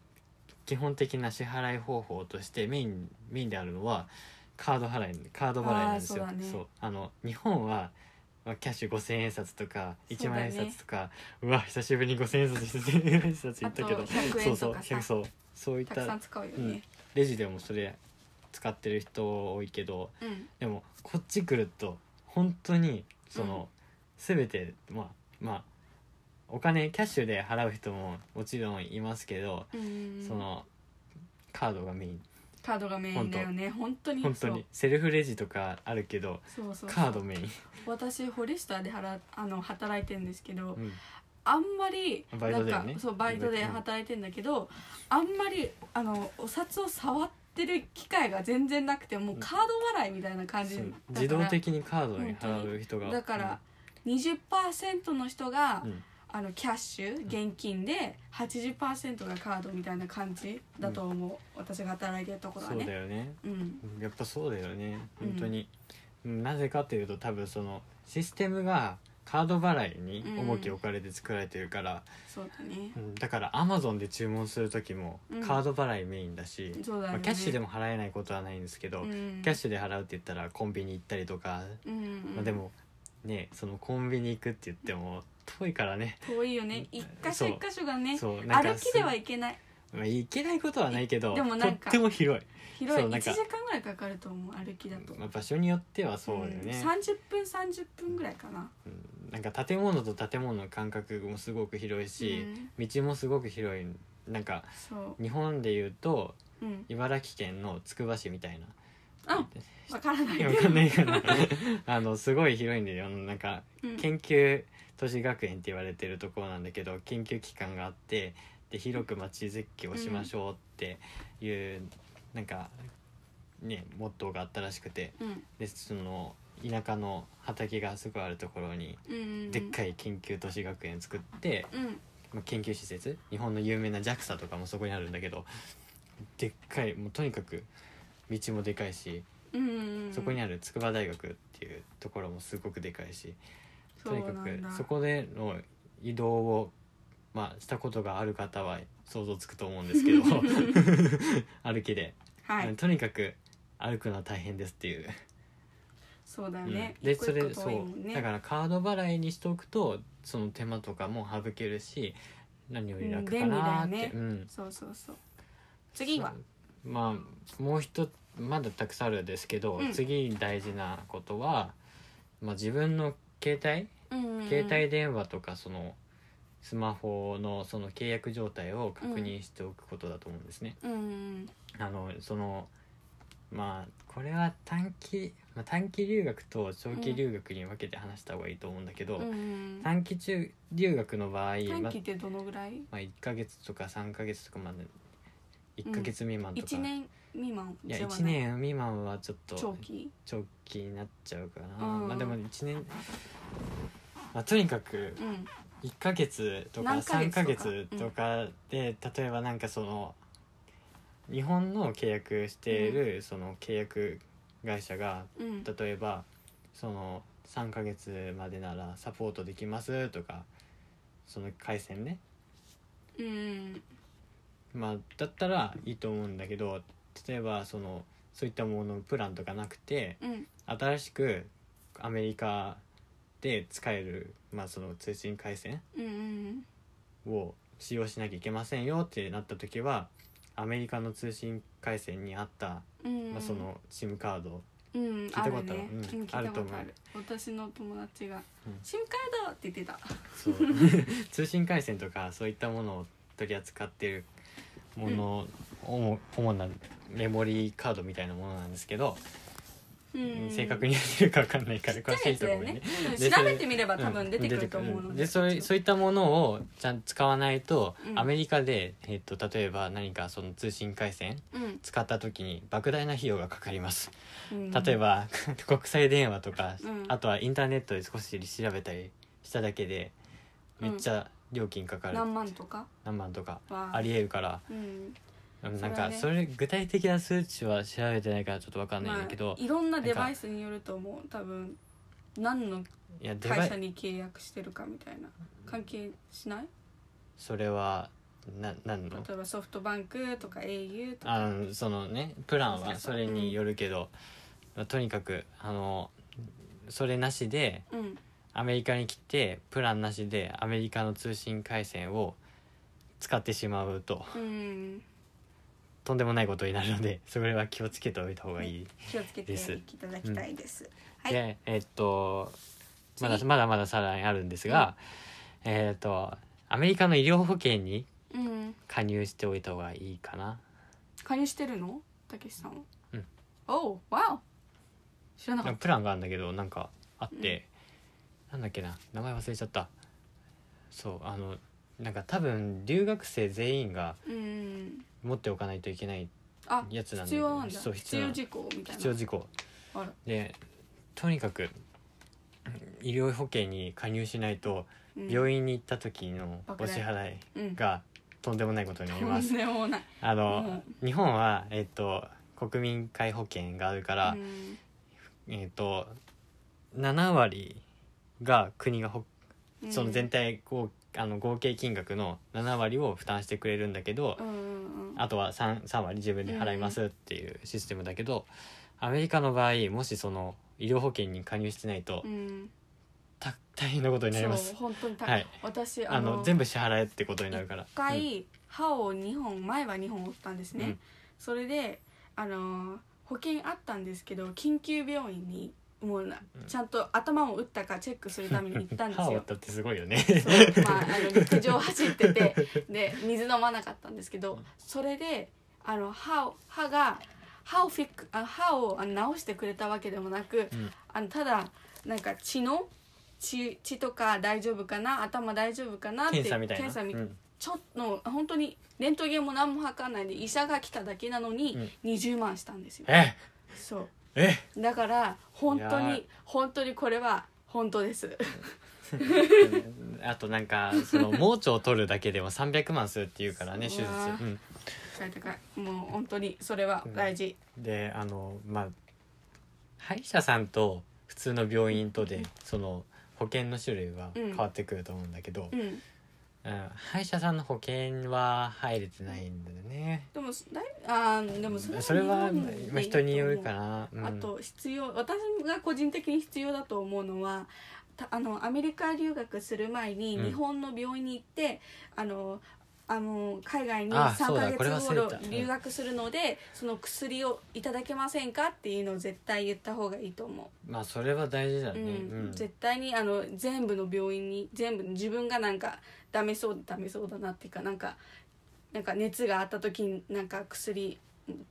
Speaker 2: 基本的な支払い方法としてメインメインであるのはカード払いカード払いなんですよ。
Speaker 1: あーそうだね
Speaker 2: あの日本はまあキャッシュ5,000円札とか
Speaker 1: そ
Speaker 2: 1
Speaker 1: うだ
Speaker 2: 万
Speaker 1: ね
Speaker 2: 円札とかう,、わ久しぶりに5,000円札1,000円札言ったけど
Speaker 1: あと100
Speaker 2: そ
Speaker 1: 円と
Speaker 2: うそう
Speaker 1: かさ
Speaker 2: そうそういった
Speaker 1: くさ
Speaker 2: た
Speaker 1: ん使うよね
Speaker 2: レジでもそれ使ってる人多いけど
Speaker 1: うん
Speaker 2: でもこっち来ると本当にその、全てまあまあお金キャッシュで払う人ももちろんいますけど、
Speaker 1: うんうんうん
Speaker 2: そのカードがメイン
Speaker 1: カードがメインだよね本当に
Speaker 2: 本当にセルフレジとかあるけど
Speaker 1: そうそうそうそう
Speaker 2: カードメイン、
Speaker 1: 私ホリスターで払あの働いてるんですけど、
Speaker 2: うん
Speaker 1: あんまり
Speaker 2: バイトだよね
Speaker 1: なんかそうバイトで働いてんだけど、あんまりあのお札を触ってる機会が全然なくてもうカード払いみたいな感じ
Speaker 2: そ
Speaker 1: だ
Speaker 2: う
Speaker 1: から
Speaker 2: 自動的にカードに払う人が
Speaker 1: だから、20%の人が、
Speaker 2: うんうん
Speaker 1: あのキャッシュ現金で80%がカードみたいな感じだと思う、私が働いてるところは
Speaker 2: そうだ
Speaker 1: ね
Speaker 2: よね
Speaker 1: うん
Speaker 2: やっぱそうだよね
Speaker 1: うん
Speaker 2: 本当に、うんなぜかというと多分そのシステムがカード払いに重きを置かれて作られてるから、
Speaker 1: そうだね
Speaker 2: うんだからアマゾンで注文する時も
Speaker 1: うん
Speaker 2: カード払いメインだし、
Speaker 1: そうだよね、
Speaker 2: まあ、キャッシュでも払えないことはないんですけど、
Speaker 1: うん
Speaker 2: キャッシュで払うって言ったらコンビニ行ったりとか、
Speaker 1: うんうん
Speaker 2: まあ、でもねそのコンビニ行くって言っても遠いからね、
Speaker 1: 遠いよね一箇所
Speaker 2: そう
Speaker 1: 一箇所がね
Speaker 2: そうなんか
Speaker 1: 歩きではいけない
Speaker 2: まあ、行けないことはないけど
Speaker 1: でもなん
Speaker 2: と
Speaker 1: か
Speaker 2: っても広い、
Speaker 1: 広い
Speaker 2: そうな
Speaker 1: 1
Speaker 2: ん
Speaker 1: 時
Speaker 2: か
Speaker 1: 間ぐらいかかると思う歩きだと
Speaker 2: まあ、場所によってはそうだよね、
Speaker 1: ん30分30分ぐらいかな
Speaker 2: うんなんか建物と建物の間隔もすごく広いし、道もすごく広いなんか
Speaker 1: そ
Speaker 2: 日本でいうと
Speaker 1: う、うん、
Speaker 2: 茨城県のつくば市みたいな
Speaker 1: あわからない
Speaker 2: いやわかんないかな あのすごい広いんだよなんか
Speaker 1: うん
Speaker 2: 研究都市学園って言われてるところなんだけど研究機関があってで広く街づきをしましょうっていう、なんかねモットーがあったらしくて
Speaker 1: うん
Speaker 2: でその田舎の畑がすごいあるところに
Speaker 1: うん、
Speaker 2: でっかい研究都市学園作って、
Speaker 1: うん
Speaker 2: まあ、研究施設日本の有名な JAXA とかもそこにあるんだけどでっかいもうとにかく道もでかいし
Speaker 1: うん、
Speaker 2: そこに
Speaker 1: あ
Speaker 2: ある筑波大学っていうところもすごくでかいし。
Speaker 1: る
Speaker 2: とにかくそこでの移動を、まあ、したことがある方は想像つくと思うんで すけど歩きで、
Speaker 1: はい
Speaker 2: とにかく歩くのは大変ですっていう、
Speaker 1: そうだよ
Speaker 2: うん
Speaker 1: ね、
Speaker 2: で
Speaker 1: 一個
Speaker 2: そ
Speaker 1: 一
Speaker 2: れ
Speaker 1: 個
Speaker 2: そ
Speaker 1: 遠いもん
Speaker 2: う
Speaker 1: ね
Speaker 2: だからカード払いにしておくとその手間とかも省けるし何より楽かなーって、
Speaker 1: うん便利だよね
Speaker 2: うん
Speaker 1: そうそうそう次は
Speaker 2: そうまあもう一つまだたくさんあるんですけど、
Speaker 1: うん
Speaker 2: 次大事なことは、まあ、自分の携帯携
Speaker 1: 携
Speaker 2: 帯電話とかそのスマホのその契約状態を確認しておくことだと思うんですね。
Speaker 1: うん
Speaker 2: あのそのまあこれは短期、まあ、短期留学と長期留学に分けて話した方がいいと思うんだけど、
Speaker 1: うん
Speaker 2: 短期中留学の場合、ま
Speaker 1: 短
Speaker 2: あ
Speaker 1: 期ってどのぐらい
Speaker 2: まあ、1ヶ月とか3ヶ月とかまで1ヶ月未満とか、
Speaker 1: 一年未満
Speaker 2: いや
Speaker 1: ではない
Speaker 2: 1年未満はちょっと
Speaker 1: 長期
Speaker 2: 長期になっちゃうかな、
Speaker 1: うん
Speaker 2: まあでも1年、まあ、とにかく
Speaker 1: うん
Speaker 2: 1ヶ月とか
Speaker 1: 何ヶ
Speaker 2: 3
Speaker 1: 月とか
Speaker 2: ヶ月とかで、例えばなんかその日本の契約しているその契約会社が
Speaker 1: うん
Speaker 2: 例えばその3ヶ月までならサポートできますとかその回線ね
Speaker 1: うん
Speaker 2: まあだったらいいと思うんだけど例えばそのそういったもののプランとかなくて
Speaker 1: うん
Speaker 2: 新しくアメリカで使える、まあ、その通信回線
Speaker 1: うんうん
Speaker 2: を使用しなきゃいけませんよってなった時はアメリカの通信回線にあった、
Speaker 1: うん
Speaker 2: まあ、その SIM カード、
Speaker 1: うん
Speaker 2: 聞いたことあ
Speaker 1: あ
Speaker 2: る
Speaker 1: るね
Speaker 2: うん
Speaker 1: うん聞いたことあ
Speaker 2: あると思う
Speaker 1: る私の友達が
Speaker 2: うん
Speaker 1: 「新カード!」って言ってた
Speaker 2: そう通信回線とかそういったものを取り扱ってるもの、主主なメモリーカードみたいなものなんですけど、
Speaker 1: うん
Speaker 2: 正確にやってるか分かんないから詳しい人ごめんね。
Speaker 1: うん
Speaker 2: で
Speaker 1: 調
Speaker 2: そ
Speaker 1: べ
Speaker 2: れ
Speaker 1: てみれば多分出てくると思うの
Speaker 2: ん
Speaker 1: で
Speaker 2: でそれそういったものをちゃんと使わないと、
Speaker 1: うん
Speaker 2: アメリカで、えっと例えば何かその通信回線
Speaker 1: うん
Speaker 2: 使った時に莫大な費用がかかります、
Speaker 1: うん
Speaker 2: 例えば 国際電話とか、
Speaker 1: うん
Speaker 2: あとはインターネットで少し調べたりしただけでめっちゃ料金かかる、
Speaker 1: 何万とか
Speaker 2: 何万とか
Speaker 1: は
Speaker 2: ありえるから、
Speaker 1: うん
Speaker 2: うん
Speaker 1: それは
Speaker 2: な
Speaker 1: ね
Speaker 2: んかそれ具体的な数値は調べてないからちょっと分かんないんだけど、
Speaker 1: まあ、いろんなデバイスによると思う多分何の
Speaker 2: いやデバ
Speaker 1: 会
Speaker 2: イ
Speaker 1: 社に契約してるかみたいな関係しない
Speaker 2: それはな何の
Speaker 1: 例えばソフトバンクとか au とか
Speaker 2: あのそのねプランはそれによるけど、まあとにかくあのそれなしで
Speaker 1: うん
Speaker 2: アメリカに来てプランなしでアメリカの通信回線を使ってしまうと
Speaker 1: うん
Speaker 2: とんでもないことになるので それは気をつけておいた方がいい。
Speaker 1: 気をつけて
Speaker 2: です
Speaker 1: いただきたいです、はい
Speaker 2: でえっとま
Speaker 1: 次
Speaker 2: だまだまださらにあるんですが、えっとアメリカの医療保険に
Speaker 1: うん
Speaker 2: 加入しておいた方がいいかな。
Speaker 1: 加入してるのたけしさんは
Speaker 2: うん
Speaker 1: おうわお知らなか
Speaker 2: なん
Speaker 1: っ
Speaker 2: かプランがあるんだけどなんかあって、なんだっけな名前忘れちゃったそうあのなんか多分留学生全員が
Speaker 1: たうん
Speaker 2: 持っておかないといけない
Speaker 1: あ
Speaker 2: やつなんだ
Speaker 1: 必要なんだ
Speaker 2: そう
Speaker 1: 必
Speaker 2: 必要な
Speaker 1: 要事項みたいな
Speaker 2: 必要事項
Speaker 1: あら
Speaker 2: でとにかく医療保険に加入しないと
Speaker 1: うん
Speaker 2: 病院に行った時の
Speaker 1: 莫
Speaker 2: お
Speaker 1: 大
Speaker 2: 支払い
Speaker 1: うん
Speaker 2: がとんでもないことになりま
Speaker 1: と
Speaker 2: す
Speaker 1: んでもない
Speaker 2: あの、日本はえっと国民皆保険があるから、
Speaker 1: うん
Speaker 2: えっと7割が国が保
Speaker 1: うん
Speaker 2: その全体合あの合計金額の7割を負担してくれるんだけど、
Speaker 1: うんうんうん
Speaker 2: あとは 3, 3割自分で払いますっていうシステムだけど、アメリカの場合もしその医療保険に加入してないと、
Speaker 1: うん
Speaker 2: た大変なことになりま
Speaker 1: そう
Speaker 2: す。
Speaker 1: 本当に高い、
Speaker 2: はい、
Speaker 1: 私
Speaker 2: あ
Speaker 1: あの
Speaker 2: の全部支払えってことになるから。
Speaker 1: 一回歯を2本前は2本折ったんですね、
Speaker 2: うん
Speaker 1: それであのー保険あったんですけど緊急病院にもうな
Speaker 2: うん
Speaker 1: ちゃんと頭を打ったかチェックするために行ったんです
Speaker 2: 歯を折
Speaker 1: よ
Speaker 2: っ。たってすごいよね
Speaker 1: そうまあ、あの陸上走って てで水飲まなかったんですけどそれであの歯を歯が歯をフィックあ歯をあの直してくれたわけでもなく、
Speaker 2: ん
Speaker 1: あのただなんか血の血血とか大丈夫かな頭大丈夫かなって
Speaker 2: 検査みたいな
Speaker 1: 検査み
Speaker 2: うん
Speaker 1: ちょっと本当にレントゲンも何も測らないで医者が来ただけなのに20万したんですよ、
Speaker 2: え
Speaker 1: そ
Speaker 2: え
Speaker 1: うだから本当
Speaker 2: いやー
Speaker 1: に本当にこれは本当です
Speaker 2: あとなんかその盲腸を取るだけでも300万するっていうからね手
Speaker 1: そう
Speaker 2: 術
Speaker 1: だ、
Speaker 2: うん、
Speaker 1: だからもう本当にそれは大事、
Speaker 2: であのまあ歯医者さんと普通の病院とでその保険の種類は変わってくると思うんだけど、
Speaker 1: うん
Speaker 2: うん歯医者さんの保険は入れてないんだよね
Speaker 1: でもだいあーでも
Speaker 2: それは
Speaker 1: 日本でいいと
Speaker 2: まあ
Speaker 1: 思う
Speaker 2: 人によるかな、うん
Speaker 1: あと必要私が個人的に必要だと思うのはたあのアメリカ留学する前に
Speaker 2: うん
Speaker 1: 日本の病院に行って、あのあの海外に
Speaker 2: あ
Speaker 1: 3
Speaker 2: そうだ
Speaker 1: ヶ
Speaker 2: これ忘れ
Speaker 1: 月ほ
Speaker 2: て
Speaker 1: ど
Speaker 2: たうん
Speaker 1: 留学するのでその薬をいただけませんかっていうのを絶対言った方がいいと思
Speaker 2: まあそれは大事だ
Speaker 1: う、
Speaker 2: ね、
Speaker 1: うん
Speaker 2: うん
Speaker 1: 絶対にあの全部の病院に全部自分がなんかダメそうダメそうだなっていうかなんかなんか熱があった時になんか薬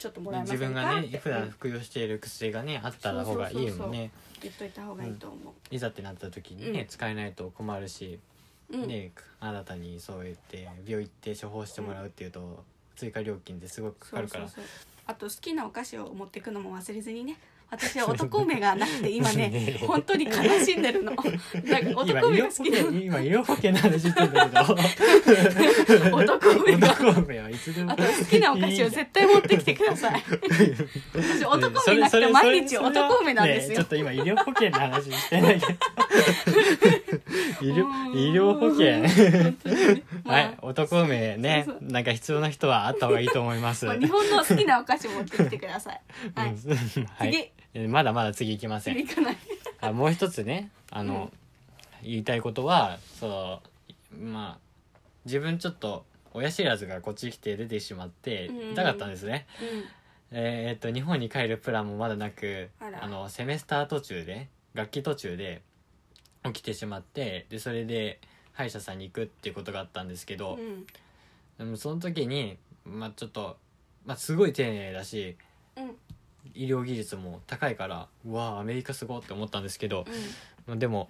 Speaker 1: ちょっともらえませ
Speaker 2: 自
Speaker 1: んか
Speaker 2: 分が
Speaker 1: って
Speaker 2: ね普段服用している薬がねあった方がいいよね
Speaker 1: そうそうそう言っといた方がいいと思
Speaker 2: いざってなった時にね、
Speaker 1: うん
Speaker 2: 使えないと困るし、
Speaker 1: う、うん
Speaker 2: ね新たにそう言って病院行って処方してもらうっていうと、追加料金ですごくかかるから
Speaker 1: そうそうそうあと好きなお菓子を持ってくのも忘れずにね私は男梅がなくて今ね
Speaker 2: ね
Speaker 1: 本当に悲しんでる のなんか
Speaker 2: 今
Speaker 1: 男梅
Speaker 2: 医
Speaker 1: が
Speaker 2: 療
Speaker 1: 好
Speaker 2: 保
Speaker 1: きな
Speaker 2: 険今医療保険の話してんだけど
Speaker 1: 男梅が
Speaker 2: 男梅はいつでも
Speaker 1: あと好きなお菓子を絶対持ってきてください私男梅なく
Speaker 2: それそ
Speaker 1: て
Speaker 2: れ
Speaker 1: 毎日
Speaker 2: それそれは
Speaker 1: 男梅なんです
Speaker 2: ね
Speaker 1: よ、
Speaker 2: ちょっと今医療保険の話してないけ ど医
Speaker 1: うー
Speaker 2: 療
Speaker 1: ん
Speaker 2: 医療保険
Speaker 1: 本当にねまあ
Speaker 2: はい男梅ね
Speaker 1: そうそ
Speaker 2: なんか必要な人はあった方がいいと思います、
Speaker 1: まあ日本の好きなお菓子を持ってきてくださいはい、
Speaker 2: うんはいえまだまだ次行きません
Speaker 1: 次行かない
Speaker 2: あもう一つねあの、言いたいことはそうまあ自分ちょっと親知らずがこっち来て出てしまって
Speaker 1: うん
Speaker 2: 痛かったんですね、えーえっと日本に帰るプランもまだなく
Speaker 1: あら
Speaker 2: のセメスター途中で楽器途中で起きてしまってでそれで歯医者さんに行くっていうことがあったんですけ
Speaker 1: う
Speaker 2: ど、
Speaker 1: ん、うん
Speaker 2: でもその時に、まあ、ちょっと、まあ、すごい丁寧だし
Speaker 1: うんうん
Speaker 2: 医療技術も高いからうわあアメリカすごいって思ったんですけど、まあでも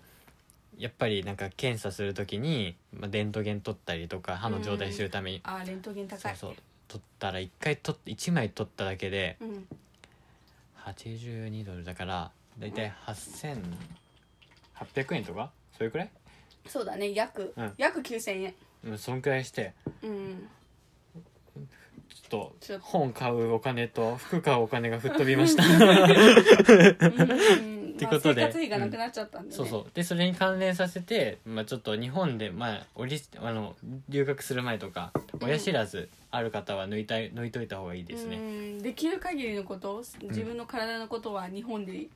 Speaker 2: やっぱりなんか検査するときに、まあ、レントゲン取ったりとか歯の状態するために、
Speaker 1: あーレントゲン
Speaker 2: そ
Speaker 1: 高
Speaker 2: う
Speaker 1: い
Speaker 2: そう取ったら1回取っ1枚取っただけで
Speaker 1: うん
Speaker 2: 82ドルだからだいたい8800円とかそれくらい、
Speaker 1: そうだね約、
Speaker 2: うん
Speaker 1: 約9000円
Speaker 2: うん、そんくらいして
Speaker 1: うん
Speaker 2: ちょっ
Speaker 1: ちょっ
Speaker 2: と
Speaker 1: と
Speaker 2: 本買うお金と服買うお金が吹っ飛びました
Speaker 1: っ て
Speaker 2: ことで
Speaker 1: 生活費がなくなっちゃったんで、ね
Speaker 2: そうそうでそれに関連させて、まあ、ちょっと日本で、まあ、おりあの留学する前とか親知らずある方は抜いたい抜いといた方がいいですね、
Speaker 1: うんできる限りのこと自分の体のことは日本で、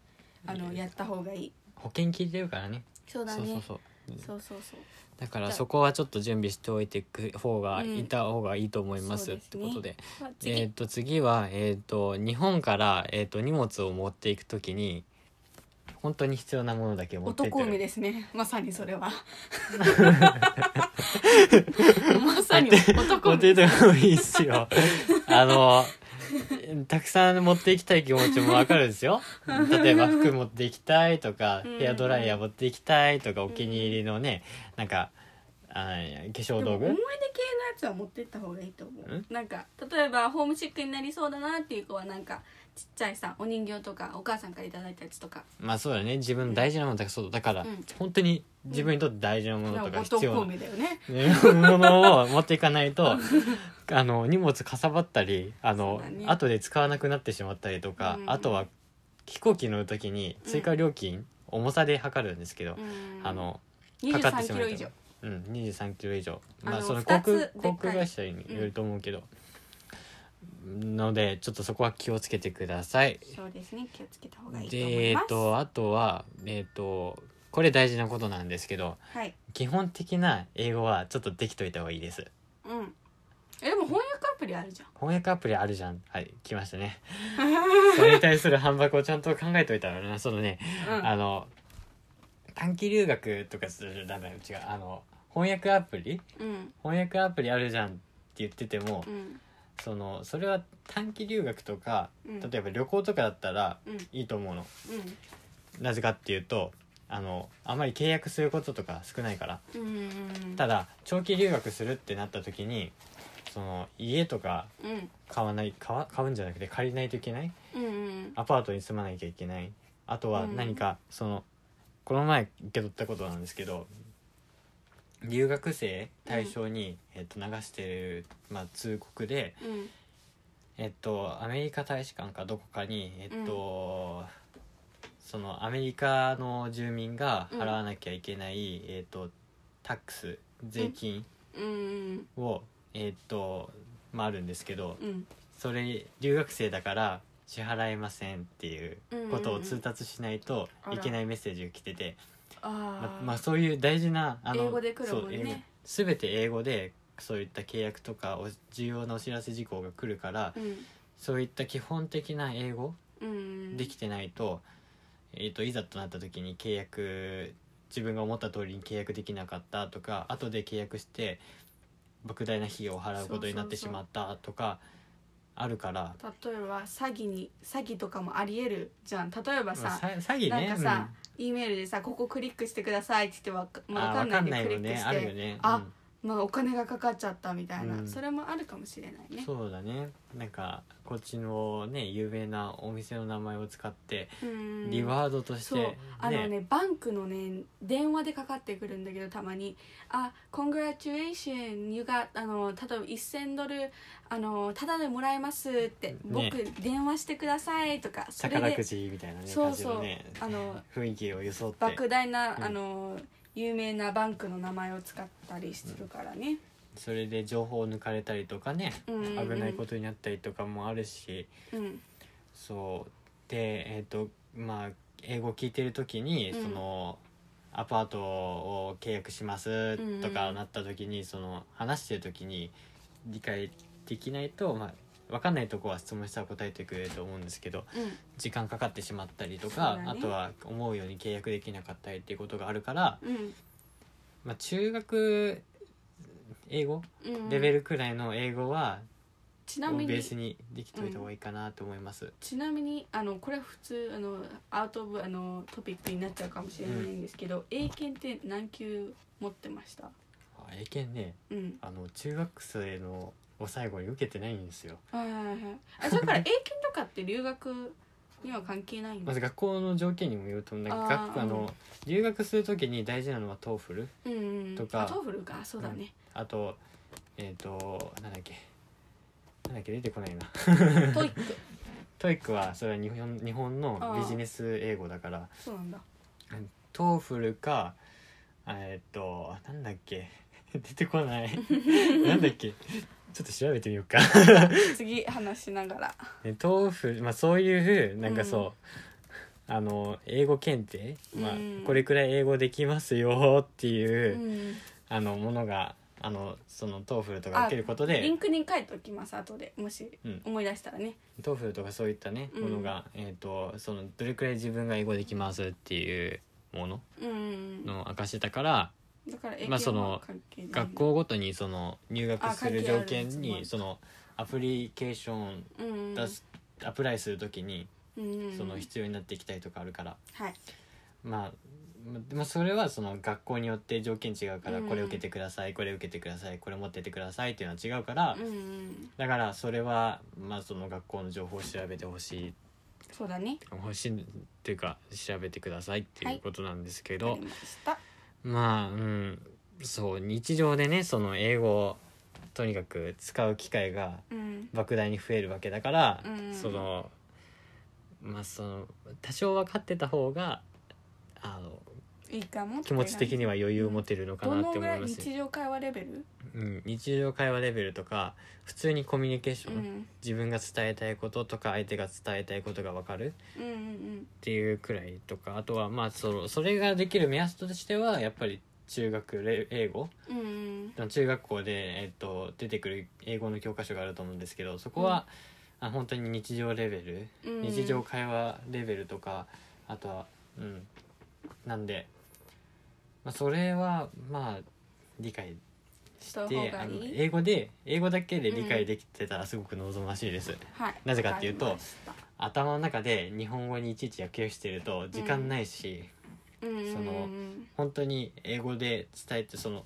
Speaker 1: あのやった方がいい
Speaker 2: 保険聞いてるからね
Speaker 1: そうだ
Speaker 2: そうそう
Speaker 1: ね
Speaker 2: そ
Speaker 1: そ
Speaker 2: う
Speaker 1: うそうそう
Speaker 2: だから
Speaker 1: じゃあ
Speaker 2: そこはちょっと準備しておいてく方が、
Speaker 1: うん
Speaker 2: いた方がいいと思いま
Speaker 1: そ
Speaker 2: す
Speaker 1: う
Speaker 2: っ
Speaker 1: です
Speaker 2: て
Speaker 1: ね
Speaker 2: ことで
Speaker 1: まあ次、
Speaker 2: えっ、と次はえっ、と日本からえっ、と荷物を持っていくときに本当に必要なものだけ持っていって
Speaker 1: 男梅
Speaker 2: る
Speaker 1: ですねまさにそ れはまさに男
Speaker 2: 持ってい
Speaker 1: 梅
Speaker 2: った方がいいっす よあのたくさん持っていきたい気持ちもわかるんですよ例えば服持っていきたいとか
Speaker 1: うん
Speaker 2: ヘアドライヤー持っていきたいとかお気に入りのねなんかあ化粧
Speaker 1: でも思
Speaker 2: 道
Speaker 1: い出系の
Speaker 2: 具
Speaker 1: やつは持ってった方がいいと思
Speaker 2: ん
Speaker 1: うなんか例えばホームシックになりそうだなっていう子はなんかちっちゃいさお人形とかお母さんからいただいたやつとか
Speaker 2: まあそうだね自分の大事なものだからそうだから、
Speaker 1: うん
Speaker 2: 本当に自分にとって大事なものとか必要
Speaker 1: 男
Speaker 2: な、
Speaker 1: 梅だよね
Speaker 2: ねものを持っていかな いとあの荷物かさばったりあ
Speaker 1: そう
Speaker 2: の、
Speaker 1: だね
Speaker 2: 後で使わなくなってしまったりとか、
Speaker 1: うん
Speaker 2: あとは飛行機乗る時に追加料金、重さで測るんですけど、
Speaker 1: うん
Speaker 2: あの
Speaker 1: 23
Speaker 2: かかってしま
Speaker 1: キロ
Speaker 2: うと
Speaker 1: 以上
Speaker 2: うん、2 3キロ以上ま
Speaker 1: あ
Speaker 2: あ
Speaker 1: の
Speaker 2: その
Speaker 1: 二
Speaker 2: 航
Speaker 1: つ
Speaker 2: 空
Speaker 1: でっかい
Speaker 2: 航空会社によると思うけど、のでちょっとそこは気をつけてください。
Speaker 1: そうですね気をつけた方がいいと思
Speaker 2: でえ
Speaker 1: い
Speaker 2: っ
Speaker 1: ます、
Speaker 2: とあとはえっ、とこれ大事なことなんですけど
Speaker 1: はい
Speaker 2: 基本的な英語はちょっとできといた方がいいです
Speaker 1: うんえでも翻訳アプリあるじゃん
Speaker 2: 翻訳アプリあるじゃんはい来まし たねそれに対する反駁をちゃんと考えておいたらなそのね、
Speaker 1: うん
Speaker 2: あの短期留学とかするダメ違うあの翻訳アプリ
Speaker 1: うん
Speaker 2: 翻訳アプリあるじゃんって言ってても、
Speaker 1: うん
Speaker 2: そのそれは短期留学とか
Speaker 1: うん
Speaker 2: 例えば旅行とかだったら
Speaker 1: うん
Speaker 2: いいと思うの、
Speaker 1: うん
Speaker 2: なぜかっていうとあのあまり契約することとか少ないから
Speaker 1: うん
Speaker 2: ただ長期留学するってなった時にその家とか
Speaker 1: うん
Speaker 2: 買わない買わ買うんじゃなくて借りないといけない
Speaker 1: うんうん
Speaker 2: アパートに住まなきゃいけないあとは
Speaker 1: うん
Speaker 2: 何か、そのこの前受け取ったことなんですけど留学生対象に、えっと、流してる、まあ、通告で、
Speaker 1: うん
Speaker 2: えっと、アメリカ大使館かどこかに、えっとそのアメリカの住民が払わなきゃいけない、えっと、タックス税金
Speaker 1: うん
Speaker 2: を、えっとまあ、あるんですけど
Speaker 1: うん
Speaker 2: それ留学生だから支払えませんっていうことを通達しないといけないメッセージが来てて、
Speaker 1: あ
Speaker 2: ま
Speaker 1: あ
Speaker 2: まあ、そういう大事なあの
Speaker 1: 英語で来るもんね
Speaker 2: そう英語全て英語でそういった契約とかお重要なお知らせ事項が来るから、
Speaker 1: うん
Speaker 2: そういった基本的な英語
Speaker 1: うん
Speaker 2: できてないと,、えー、といざとなった時に契約自分が思った通りに契約できなかったとか後で契約して莫大な費用を払うことになってしまったとかあるから
Speaker 1: 例えば詐欺に詐欺とかもありえるじゃん例えば
Speaker 2: まあ
Speaker 1: さ、
Speaker 2: さ詐欺ね
Speaker 1: なんかさ、E メールでさ「ここクリックしてください」って言ってわか,、
Speaker 2: うん、あ
Speaker 1: まあ、
Speaker 2: 分
Speaker 1: わ
Speaker 2: か
Speaker 1: か
Speaker 2: ん
Speaker 1: ん
Speaker 2: な
Speaker 1: ないで
Speaker 2: い
Speaker 1: ク
Speaker 2: よ
Speaker 1: リック
Speaker 2: ね
Speaker 1: し
Speaker 2: あるよ
Speaker 1: て、
Speaker 2: ね、
Speaker 1: あまあ、お金がかかっちゃったみたいな、
Speaker 2: うん
Speaker 1: それもあるかもしれない
Speaker 2: うん、
Speaker 1: ね。
Speaker 2: そうだねなんかこっちのね有名なお店の名前を使って
Speaker 1: うん
Speaker 2: リワードとして、
Speaker 1: そうあのねバンクのね電話でかかってくるんだけどたまに「あ Congratulation you got あの例えば1000ドルあのタダでもらえます」って「
Speaker 2: ね
Speaker 1: 僕電話してください」とかそれ
Speaker 2: 宝
Speaker 1: で
Speaker 2: くじみたいなね
Speaker 1: そう
Speaker 2: 感じ
Speaker 1: そ
Speaker 2: の
Speaker 1: う
Speaker 2: ね
Speaker 1: あの
Speaker 2: 雰囲気を装って
Speaker 1: 莫大な、
Speaker 2: うん
Speaker 1: あの有名なバンクの名前を使ったりしてるからね。
Speaker 2: それで情報を抜かれたりとかね、
Speaker 1: うんうんうん
Speaker 2: 危ないことになったりとかもあるし
Speaker 1: うん
Speaker 2: そうでえっ、とまあ英語を聞いてる時に、
Speaker 1: うん
Speaker 2: そのアパートを契約しますと
Speaker 1: うんう
Speaker 2: か
Speaker 1: ん
Speaker 2: なった時に、その話してる時に理解できないと、まあ、分かんないとこは質問したら答えてくれると思うんですけど
Speaker 1: うん
Speaker 2: 時間かかってしまったりと
Speaker 1: そ
Speaker 2: か、
Speaker 1: うだ
Speaker 2: あ
Speaker 1: ね
Speaker 2: とは思うように契約できなかったりっていうことがあるから、
Speaker 1: うん
Speaker 2: まあ、中学英語
Speaker 1: うん
Speaker 2: レベルくらいの英語は
Speaker 1: ちな
Speaker 2: を
Speaker 1: み
Speaker 2: ベー
Speaker 1: に
Speaker 2: スにできといた方がいいかなと思います、
Speaker 1: ちなみにあのこれは普通あのアウトオブあのトピックになっちゃうかもしれないんですけど、英検って何級持ってました
Speaker 2: あ英検ね
Speaker 1: うん
Speaker 2: あの中学生のを最後に受けてないんですよ、
Speaker 1: はいはいはいあそれから英検とかって留学には関係ないん
Speaker 2: ま
Speaker 1: です
Speaker 2: ず学校の条件にもよると思うんだけど
Speaker 1: あー
Speaker 2: 学あの留学する時に大事なのはトーフル
Speaker 1: うんうん
Speaker 2: とか
Speaker 1: あトーフルかそうだね、
Speaker 2: あとえっ、となんだっけなんだっけ出てこないな
Speaker 1: トイック
Speaker 2: トイックはそれは日本日本のビジネス英語だから
Speaker 1: そうなんだ
Speaker 2: トーフルかえっ、となんだっけ 出てこない なんだっけちょっと調べてみようか
Speaker 1: 次話しながら
Speaker 2: ね、豆腐、まあ、そういうなんか
Speaker 1: うん
Speaker 2: そう、あの英語検定、まあ
Speaker 1: うん
Speaker 2: これくらい英語できますよって
Speaker 1: う
Speaker 2: いう、
Speaker 1: ん
Speaker 2: あのものがあのそのトーフルとか受けること
Speaker 1: リ
Speaker 2: で
Speaker 1: ンクに書いておきます後でもし
Speaker 2: うん
Speaker 1: 思い出したらね
Speaker 2: トーフルとかそういったね、
Speaker 1: うん
Speaker 2: ものが、えー、とそのどれくらい自分が英語できますっていうもの
Speaker 1: うんうん
Speaker 2: の証だから
Speaker 1: だから英
Speaker 2: まあ
Speaker 1: 検
Speaker 2: その
Speaker 1: は関係ない、
Speaker 2: 学校ごとにその入学する
Speaker 1: あ
Speaker 2: 条件
Speaker 1: 関係ある
Speaker 2: にそのアプリケーション
Speaker 1: うんうん
Speaker 2: 出す、アプライするときに
Speaker 1: うんうん
Speaker 2: その必要になってきたりとかあるから。
Speaker 1: はい
Speaker 2: まあまでもそれはその学校によって条件違うから
Speaker 1: うん
Speaker 2: これ受けてくださいこれ受けてくださいこれ持ってってくださいっていうのは違うから
Speaker 1: うんうん
Speaker 2: だからそれはまあその学校の情報を調べてほしい
Speaker 1: そうだね
Speaker 2: 欲しいっていうか調べてくださいっていうことなんですけど、
Speaker 1: わかりました
Speaker 2: まあうんそう日常でねその英語をとにかく使う機会が
Speaker 1: うん
Speaker 2: 莫大に増えるわけだから、
Speaker 1: うん
Speaker 2: そのまあその多少分かってた方があの
Speaker 1: いいかもって
Speaker 2: 気持ち的には余裕を持てるのか
Speaker 1: ど
Speaker 2: なっ
Speaker 1: の
Speaker 2: て
Speaker 1: ぐ
Speaker 2: 思
Speaker 1: ら
Speaker 2: い
Speaker 1: い
Speaker 2: ます
Speaker 1: 日
Speaker 2: ね
Speaker 1: 常会話レベル
Speaker 2: うん、日常会話レベルとか普通にコミュニケーシ
Speaker 1: う
Speaker 2: ョン、
Speaker 1: ん
Speaker 2: 自分が伝えたいこととか相手が伝えたいことが分かる
Speaker 1: うんうん
Speaker 2: っていうくらいとかあとはまあそのそれができる目安としてはやっぱり中学れ英語
Speaker 1: うんうん
Speaker 2: あの中学校で、えっと、出てくる英語の教科書があると思うんですけどそこは、あ本当に日常レベル
Speaker 1: うん
Speaker 2: 日常会話レベルとか、あとはうんなんで、まあ、それはまあ理解
Speaker 1: した
Speaker 2: で
Speaker 1: 方が
Speaker 2: あ
Speaker 1: い
Speaker 2: の
Speaker 1: い
Speaker 2: 英語で英語だけで理解できてたらすごく望ましいです、
Speaker 1: はい
Speaker 2: なぜかっていうと
Speaker 1: わかりました
Speaker 2: 頭の中で日本語にいちいち訳をしてると時間ないし、
Speaker 1: うんうんうん
Speaker 2: その本当に英語で伝えてその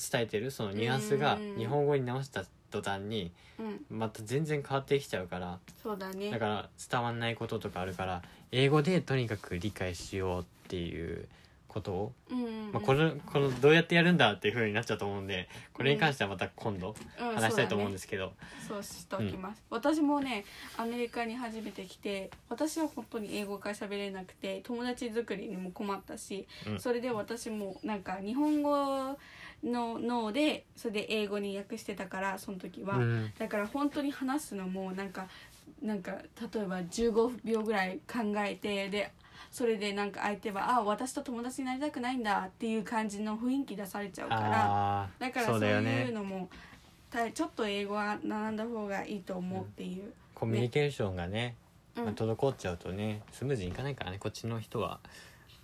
Speaker 2: 伝えてるそのニュアンスが
Speaker 1: うん
Speaker 2: 日本語に直した途端に
Speaker 1: うん
Speaker 2: また全然変わってきちゃうから
Speaker 1: そうだね
Speaker 2: だから伝わんないこととかあるから英語でとにかく理解しようっていうことを、
Speaker 1: うんうんうん
Speaker 2: まあ、このこのどうやってやるんだっていう風になっちゃうと思うんでこれに関してはまた今度
Speaker 1: うん
Speaker 2: 話したいと思う
Speaker 1: そうだ
Speaker 2: ん
Speaker 1: ね
Speaker 2: ですけど、
Speaker 1: そうしておきます、私もねアメリカに初めて来て私は本当に英語が喋れなくて友達作りにも困ったし、
Speaker 2: うん
Speaker 1: それで私もなんか日本語の脳でそれで英語に訳してたからその時は、
Speaker 2: うん
Speaker 1: だから本当に話すのもなんかなんか例えば15秒ぐらい考えてでそれでなんか相手は「あ私と友達になりたくないんだ」っていう感じの雰囲気出されちゃうから。
Speaker 2: あ
Speaker 1: だから
Speaker 2: ーそ
Speaker 1: そうう
Speaker 2: だよ
Speaker 1: いう
Speaker 2: ね
Speaker 1: のもたちょっと英語は学んだ方がいいと思うっていう、
Speaker 2: コミュニケーションがね
Speaker 1: うん
Speaker 2: まあ、滞っちゃうとねスムーズにいかないからねこっちの人は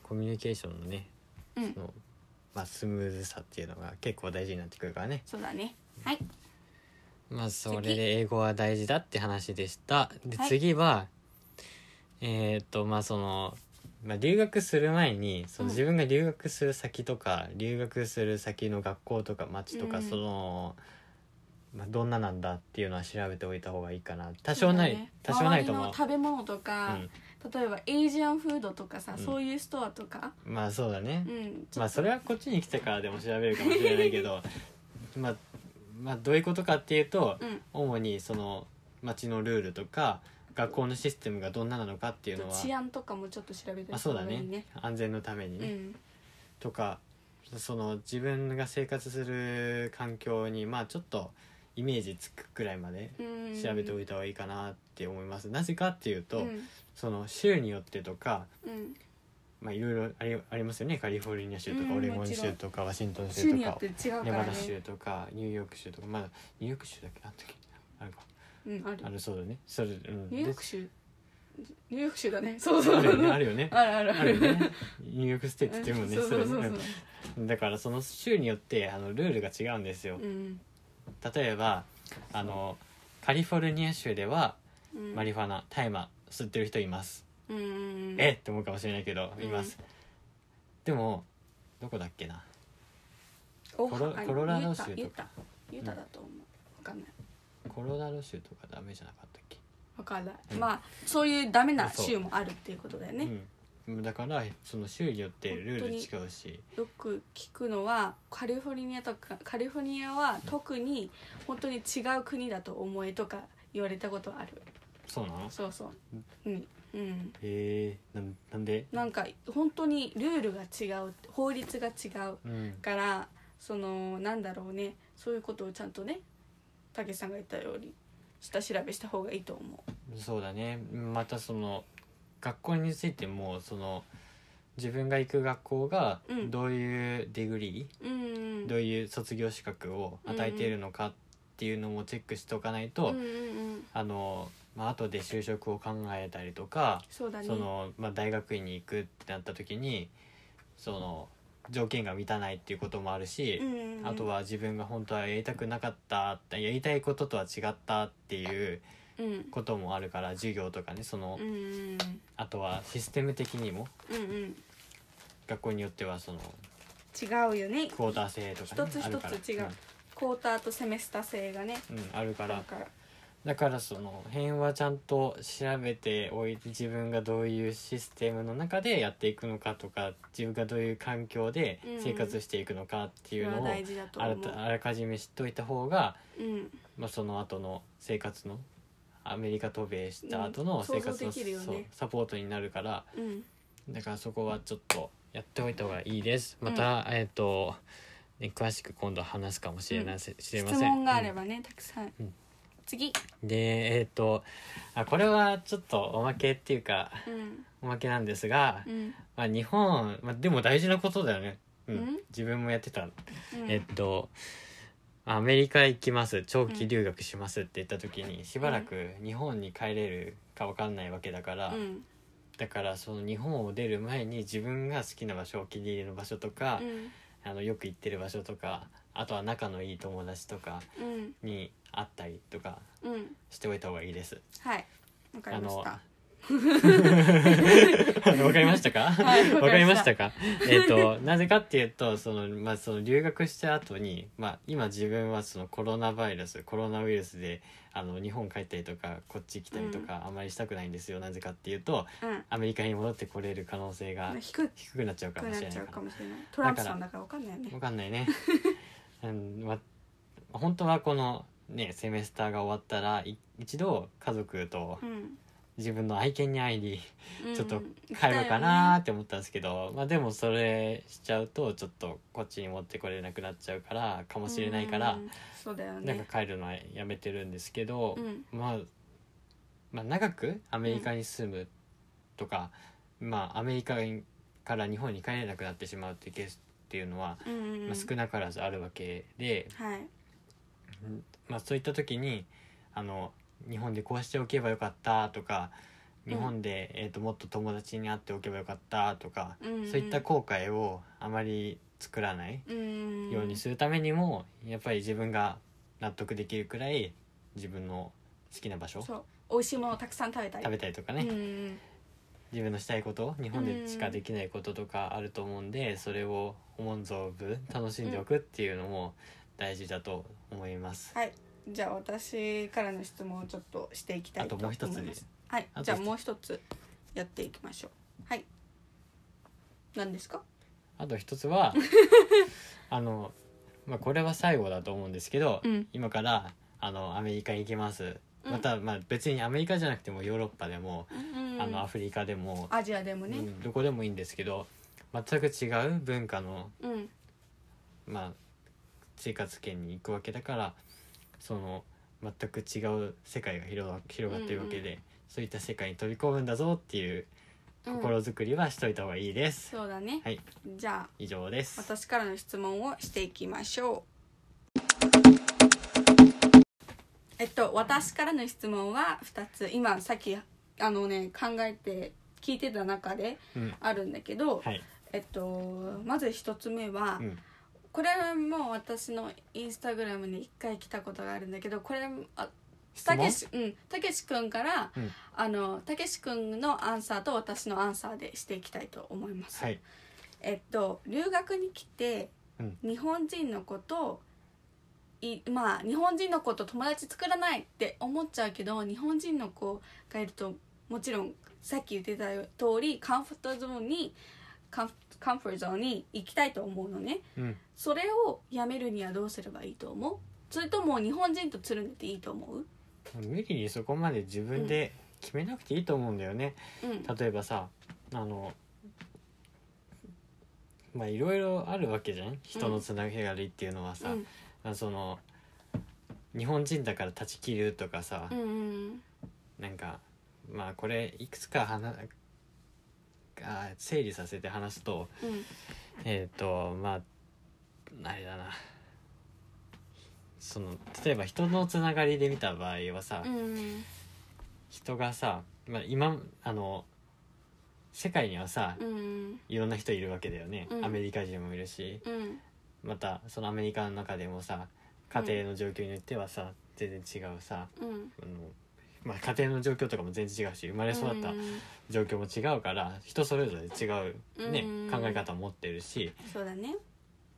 Speaker 2: コミュニケーションのね、
Speaker 1: うん
Speaker 2: そのまあ、スムーズさっていうのが結構大事になってくるからね
Speaker 1: そうだねはい
Speaker 2: まあそれで英語は大事だって話でしたで
Speaker 1: はい
Speaker 2: 次は、えーっとまあその、まあ、留学する前にその
Speaker 1: うん
Speaker 2: 自分が留学する先とか、留学する先の学校とか町とか、
Speaker 1: うん
Speaker 2: その、まあ、どんななんだっていうのは調べておいた方がいいかな多少ない、
Speaker 1: そうだね
Speaker 2: 多少ないと思う
Speaker 1: 周りの食べ物とか、例えばエイジアンフードとかさ、
Speaker 2: ん
Speaker 1: そういうストアとか
Speaker 2: うん、まあそうだね、
Speaker 1: うん
Speaker 2: まあそれはこっちに来てからでも調べるかもしれない けどまあまあどういうことかっていうと、
Speaker 1: うん
Speaker 2: 主にその町のルールとか学校のシステムがどんななのかっていうのは、
Speaker 1: 治安とかもちょっと調べておい
Speaker 2: まあ、
Speaker 1: た
Speaker 2: そうだ
Speaker 1: 方がい
Speaker 2: ね
Speaker 1: いね
Speaker 2: 安全のために
Speaker 1: う
Speaker 2: ね、
Speaker 1: ん
Speaker 2: とかその自分が生活する環境にまあちょっとイメージつくくらいまで
Speaker 1: うん
Speaker 2: 調べておいた方がいいかなって思います。なぜかっていうと、
Speaker 1: うん
Speaker 2: その州によってとか
Speaker 1: うん、
Speaker 2: まあいろいろありありますよねカリフォルニア州と
Speaker 1: う
Speaker 2: か
Speaker 1: ん
Speaker 2: オレゴン
Speaker 1: もちろ
Speaker 2: 州
Speaker 1: ん
Speaker 2: とかワシントン州
Speaker 1: 州
Speaker 2: と
Speaker 1: によ
Speaker 2: か
Speaker 1: って違うか
Speaker 2: ネバ
Speaker 1: ら
Speaker 2: ダ
Speaker 1: ね、
Speaker 2: 州とかニューヨーク州とかまだニューヨーク州だっけあの時あるか
Speaker 1: うん、ある
Speaker 2: あるそうだねそれ、うん、
Speaker 1: ニューヨーク
Speaker 2: で
Speaker 1: 州ニューヨーク州だねそうそう
Speaker 2: あるよね
Speaker 1: あ
Speaker 2: あ
Speaker 1: る
Speaker 2: るよね
Speaker 1: ある
Speaker 2: あるよ ねニューヨークステー
Speaker 1: う
Speaker 2: トっ
Speaker 1: ん
Speaker 2: てもね
Speaker 1: そうそうそう
Speaker 2: れ
Speaker 1: そう
Speaker 2: うんだからその州によってあのルールが違うんですよ
Speaker 1: うん
Speaker 2: 例えばあのカリフォルニア州では
Speaker 1: うん
Speaker 2: マリファナ大麻吸ってる人います、
Speaker 1: うんうんうん
Speaker 2: えっって思うかもしれないけどいます、でもどこだっけな
Speaker 1: コ
Speaker 2: コロコロラド州とか
Speaker 1: ユタユタだと思う分かんない
Speaker 2: コロラド州とかダメじゃなかったっけ
Speaker 1: 分かんない、
Speaker 2: うん
Speaker 1: まあそういうダメな
Speaker 2: そう
Speaker 1: 州もあるっていうことだよね、
Speaker 2: うん、だからその州によってルール違うし
Speaker 1: よく聞くのはカリフォルニアとかカリフォルニアは特に本当に違う国だと思えとか言われたことある
Speaker 2: そうなの
Speaker 1: そうそううん、うん、
Speaker 2: へえなんなんで
Speaker 1: なんか本当にルールが違う法律が違う
Speaker 2: うん
Speaker 1: からそのなんだろうねそういうことをちゃんとねたけしさんが言ったように下調べした方がいいと思う
Speaker 2: そうだねまたその学校についてもその自分が行く学校が
Speaker 1: うん
Speaker 2: どういうディグリ
Speaker 1: うんう
Speaker 2: ー、
Speaker 1: ん
Speaker 2: どういう卒業資格を与えているのかっていうのもチェックしておかないと、
Speaker 1: うんうんうん
Speaker 2: あの、まあ後で就職を考えたりとか、
Speaker 1: そうだね
Speaker 2: その、まあ、大学院に行くってなった時にその条件が満たないっていうこともあるし、
Speaker 1: うんうんうん
Speaker 2: あとは自分が本当はやりたくなかったやりたいこととは違ったっていう
Speaker 1: うんうん
Speaker 2: こともあるから授業とかねその、
Speaker 1: うんうん
Speaker 2: あとはシステム的にも
Speaker 1: うんうん
Speaker 2: 学校によってはその
Speaker 1: 違うよね
Speaker 2: クォーター制とか、
Speaker 1: 一つ
Speaker 2: あるから
Speaker 1: 一つ違うクォーターとセメスター制がね
Speaker 2: うん、うんあるか
Speaker 1: だ
Speaker 2: ら
Speaker 1: から
Speaker 2: だからその辺はちゃんと調べておいて自分がどういうシステムの中でやっていくのかとか自分がどういう環境で生活していくのかっていうの
Speaker 1: そ
Speaker 2: を
Speaker 1: れは大事だと
Speaker 2: あ
Speaker 1: 思
Speaker 2: ら
Speaker 1: う
Speaker 2: たあらかじめ知っといた方が
Speaker 1: うん
Speaker 2: まあ、その後の生活のアメリカ渡米した後の生活の、
Speaker 1: うん想像できるよね
Speaker 2: そうサポートになるから
Speaker 1: うん
Speaker 2: だからそこはちょっとやっておいた方がいいですまた、えっ、と、ね詳しく今度話すかもしれなせ、知れませ
Speaker 1: 質
Speaker 2: ん
Speaker 1: 問があ
Speaker 2: う
Speaker 1: れ
Speaker 2: ん
Speaker 1: ばねたくさん
Speaker 2: うん
Speaker 1: 次
Speaker 2: でえっ、とあこれはちょっとおまけっていうか
Speaker 1: うん
Speaker 2: おまけなんですが、
Speaker 1: うん
Speaker 2: まあ、日本、まあ、でも大事なことだよねうん
Speaker 1: うん
Speaker 2: 自分もやってた、
Speaker 1: うん
Speaker 2: えっとアメリカ行きます長期留学しますって言った時にしばらく日本に帰れるか分かんないわけだから、
Speaker 1: うん
Speaker 2: だからその日本を出る前に自分が好きな場所お気に入りの場所とか
Speaker 1: う、ん
Speaker 2: あのよく行ってる場所とかあとは仲のいい友達とか
Speaker 1: うん
Speaker 2: に会ったりとか
Speaker 1: うん
Speaker 2: しておいた方がいいです。
Speaker 1: はいわかりま した
Speaker 2: あのわかりましたか？
Speaker 1: はい
Speaker 2: わかりました
Speaker 1: わ
Speaker 2: か？えっ、となぜかっていうとそのまあその留学した後にまあ今自分はそのコロナバイルスコロナウイルスであの日本帰ったりとかこっち来たりとかあんまりしたくないんですよ、なぜかっていうと
Speaker 1: うん
Speaker 2: アメリカに戻ってこれる可能性が
Speaker 1: 低く
Speaker 2: 低くなっちゃうかも
Speaker 1: な
Speaker 2: し
Speaker 1: っ
Speaker 2: れない
Speaker 1: ちゃ
Speaker 2: か
Speaker 1: う
Speaker 2: ら
Speaker 1: か。もしれないトランプさんだからわかんないよね
Speaker 2: わかんないね。うん、ま本当はこのねセメスターが終わったらい一度家族と
Speaker 1: うん
Speaker 2: 自分の愛犬に会いに
Speaker 1: うん
Speaker 2: ちょっと帰ろうかなーって思ったんですけど、まあでもそれしちゃうとちょっとこっちに持ってこれなくなっちゃうからかもしれないから
Speaker 1: うんそうだよ
Speaker 2: なん
Speaker 1: ね
Speaker 2: か帰るのはやめてるんですけど
Speaker 1: う、ん
Speaker 2: まあまあ長くアメリカに住むとか、まあアメリカから日本に帰れなくなってしまうっていうケースっていうのは
Speaker 1: うんうんう
Speaker 2: まあ、
Speaker 1: ん
Speaker 2: 少なからずあるわけで、
Speaker 1: はい
Speaker 2: まあ、そういった時にあの日本でこうしておけばよかったとか
Speaker 1: うん
Speaker 2: 日本で、えー、ともっと友達に会っておけばよかったとか、
Speaker 1: そう
Speaker 2: そういった後悔をあまり作らないようにするためにも、やっぱり自分が納得できるくらい自分の好きな場所
Speaker 1: そう美味しいものをたくさん食べたり
Speaker 2: 食べたりとかね、
Speaker 1: うんうん
Speaker 2: 自分のしたいこと日本でしかできないこととかあると思うんで、それを思う存分楽しんでおくっていうのも大事だと思います。
Speaker 1: はいじゃあ私からの質問をちょっとしていきたい
Speaker 2: あ
Speaker 1: と
Speaker 2: と
Speaker 1: 思い
Speaker 2: もう
Speaker 1: ます
Speaker 2: 一つで
Speaker 1: はい
Speaker 2: あ
Speaker 1: じ
Speaker 2: と一つ
Speaker 1: ゃあもう一つやっていきましょうはい何ですか
Speaker 2: あと一つ はあの、まあ、これは最後だと思うんですけど、
Speaker 1: うん
Speaker 2: 今からあのアメリカに行きます、
Speaker 1: うん
Speaker 2: また、まあ、別にアメリカじゃなくてもヨーロッパでも、あのアフリカでも、
Speaker 1: アジアでも
Speaker 2: う
Speaker 1: ね
Speaker 2: んどこでもいいんですけど全く違う文化の、
Speaker 1: うん
Speaker 2: まあ、生活圏に行くわけだからその全く違う世界が広が広がってるわけで、そういった世界に飛び込むんだぞっていう
Speaker 1: うん
Speaker 2: 心づくりはしといた方がいいです。
Speaker 1: そうだね
Speaker 2: はい
Speaker 1: じゃあ
Speaker 2: 以上です
Speaker 1: 私からの質問をしていきましょうえっと私からの質問は2つ今さっきあのね考えて聞いてた中で
Speaker 2: うん
Speaker 1: あるんだけど、
Speaker 2: はい、
Speaker 1: えっとまず1つ目は、
Speaker 2: うん
Speaker 1: これはもう私のインスタグラムに1回来たことがあるんだけどこれあ
Speaker 2: 質
Speaker 1: た
Speaker 2: 問
Speaker 1: けしうんたけし君から、
Speaker 2: うん
Speaker 1: あのたけし君のアンサーと私のアンサーでしていきたいと思います。
Speaker 2: はい
Speaker 1: えっと留学に来て、
Speaker 2: うん
Speaker 1: 日本人のこといまあ日本人の子と友達作らないって思っちゃうけど日本人の子がいるともちろんさっき言ってた通りカンフォートゾーンにカンフカンフォートゾーンに行きたいと思うのね
Speaker 2: うん
Speaker 1: それをやめるにはどうすればいいと思うそれとも日本人とつるんでていいと思う
Speaker 2: 無理にそこまで自分で決めなくていいと思うんだよね、
Speaker 1: うん
Speaker 2: 例えばさあのまあいろいろあるわけじゃん人のつながりっていうのはさ、
Speaker 1: うん
Speaker 2: まあその日本人だから断ち切るとかさ、
Speaker 1: うんうん
Speaker 2: なんかまあこれいくつか話あ整理させて話すと
Speaker 1: うん
Speaker 2: えっ、とまああれだなその例えば人のつながりで見た場合はさ、
Speaker 1: うん
Speaker 2: 人がさ、まあ、今あの世界にはさ
Speaker 1: うん
Speaker 2: いろんな人いるわけだよね、
Speaker 1: うん
Speaker 2: アメリカ人もいるし
Speaker 1: うん
Speaker 2: またそのアメリカの中でもさ家庭の状況によってはさ、全然違うさ
Speaker 1: うん
Speaker 2: あの、まあ、家庭の状況とかも全然違うし生まれ育った
Speaker 1: うん
Speaker 2: 状況も違うから、人それぞれ違う、ね
Speaker 1: うん
Speaker 2: 考え方を持ってるし
Speaker 1: そうだね
Speaker 2: っ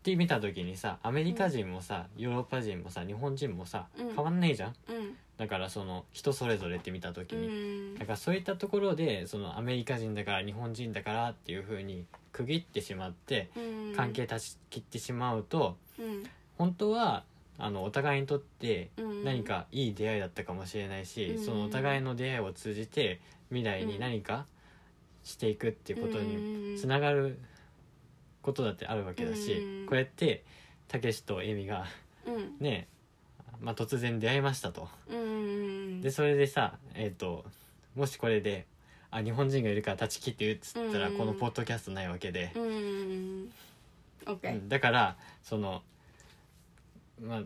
Speaker 2: て見た時にさアメリカ人もさヨーロッパ人もさ日本人もさ
Speaker 1: うん
Speaker 2: 変わんないじゃん。
Speaker 1: うん
Speaker 2: だからその人それぞれって見た時
Speaker 1: う
Speaker 2: に
Speaker 1: ん
Speaker 2: なんかそういったところでそのアメリカ人だから日本人だからっていう風に区切ってしまって
Speaker 1: うん
Speaker 2: 関係断ち切ってしまうと
Speaker 1: うん
Speaker 2: 本当はあのお互いにとって
Speaker 1: うん
Speaker 2: 何かいい出会いだったかもしれないし、
Speaker 1: うん
Speaker 2: そのお互いの出会いを通じて未来に何かしていくっていうことにつながることだってあるわけだし、
Speaker 1: うん
Speaker 2: これってたけしとえみが
Speaker 1: うん
Speaker 2: ね、まあ、突然出会いましたと。
Speaker 1: うん
Speaker 2: でそれでさえっ、ともしこれで「あ日本人がいるから断ち切って言う」っつったら、
Speaker 1: うん
Speaker 2: このポッドキャストないわけで、
Speaker 1: うんオッケ
Speaker 2: う
Speaker 1: ー
Speaker 2: んだからそのまあ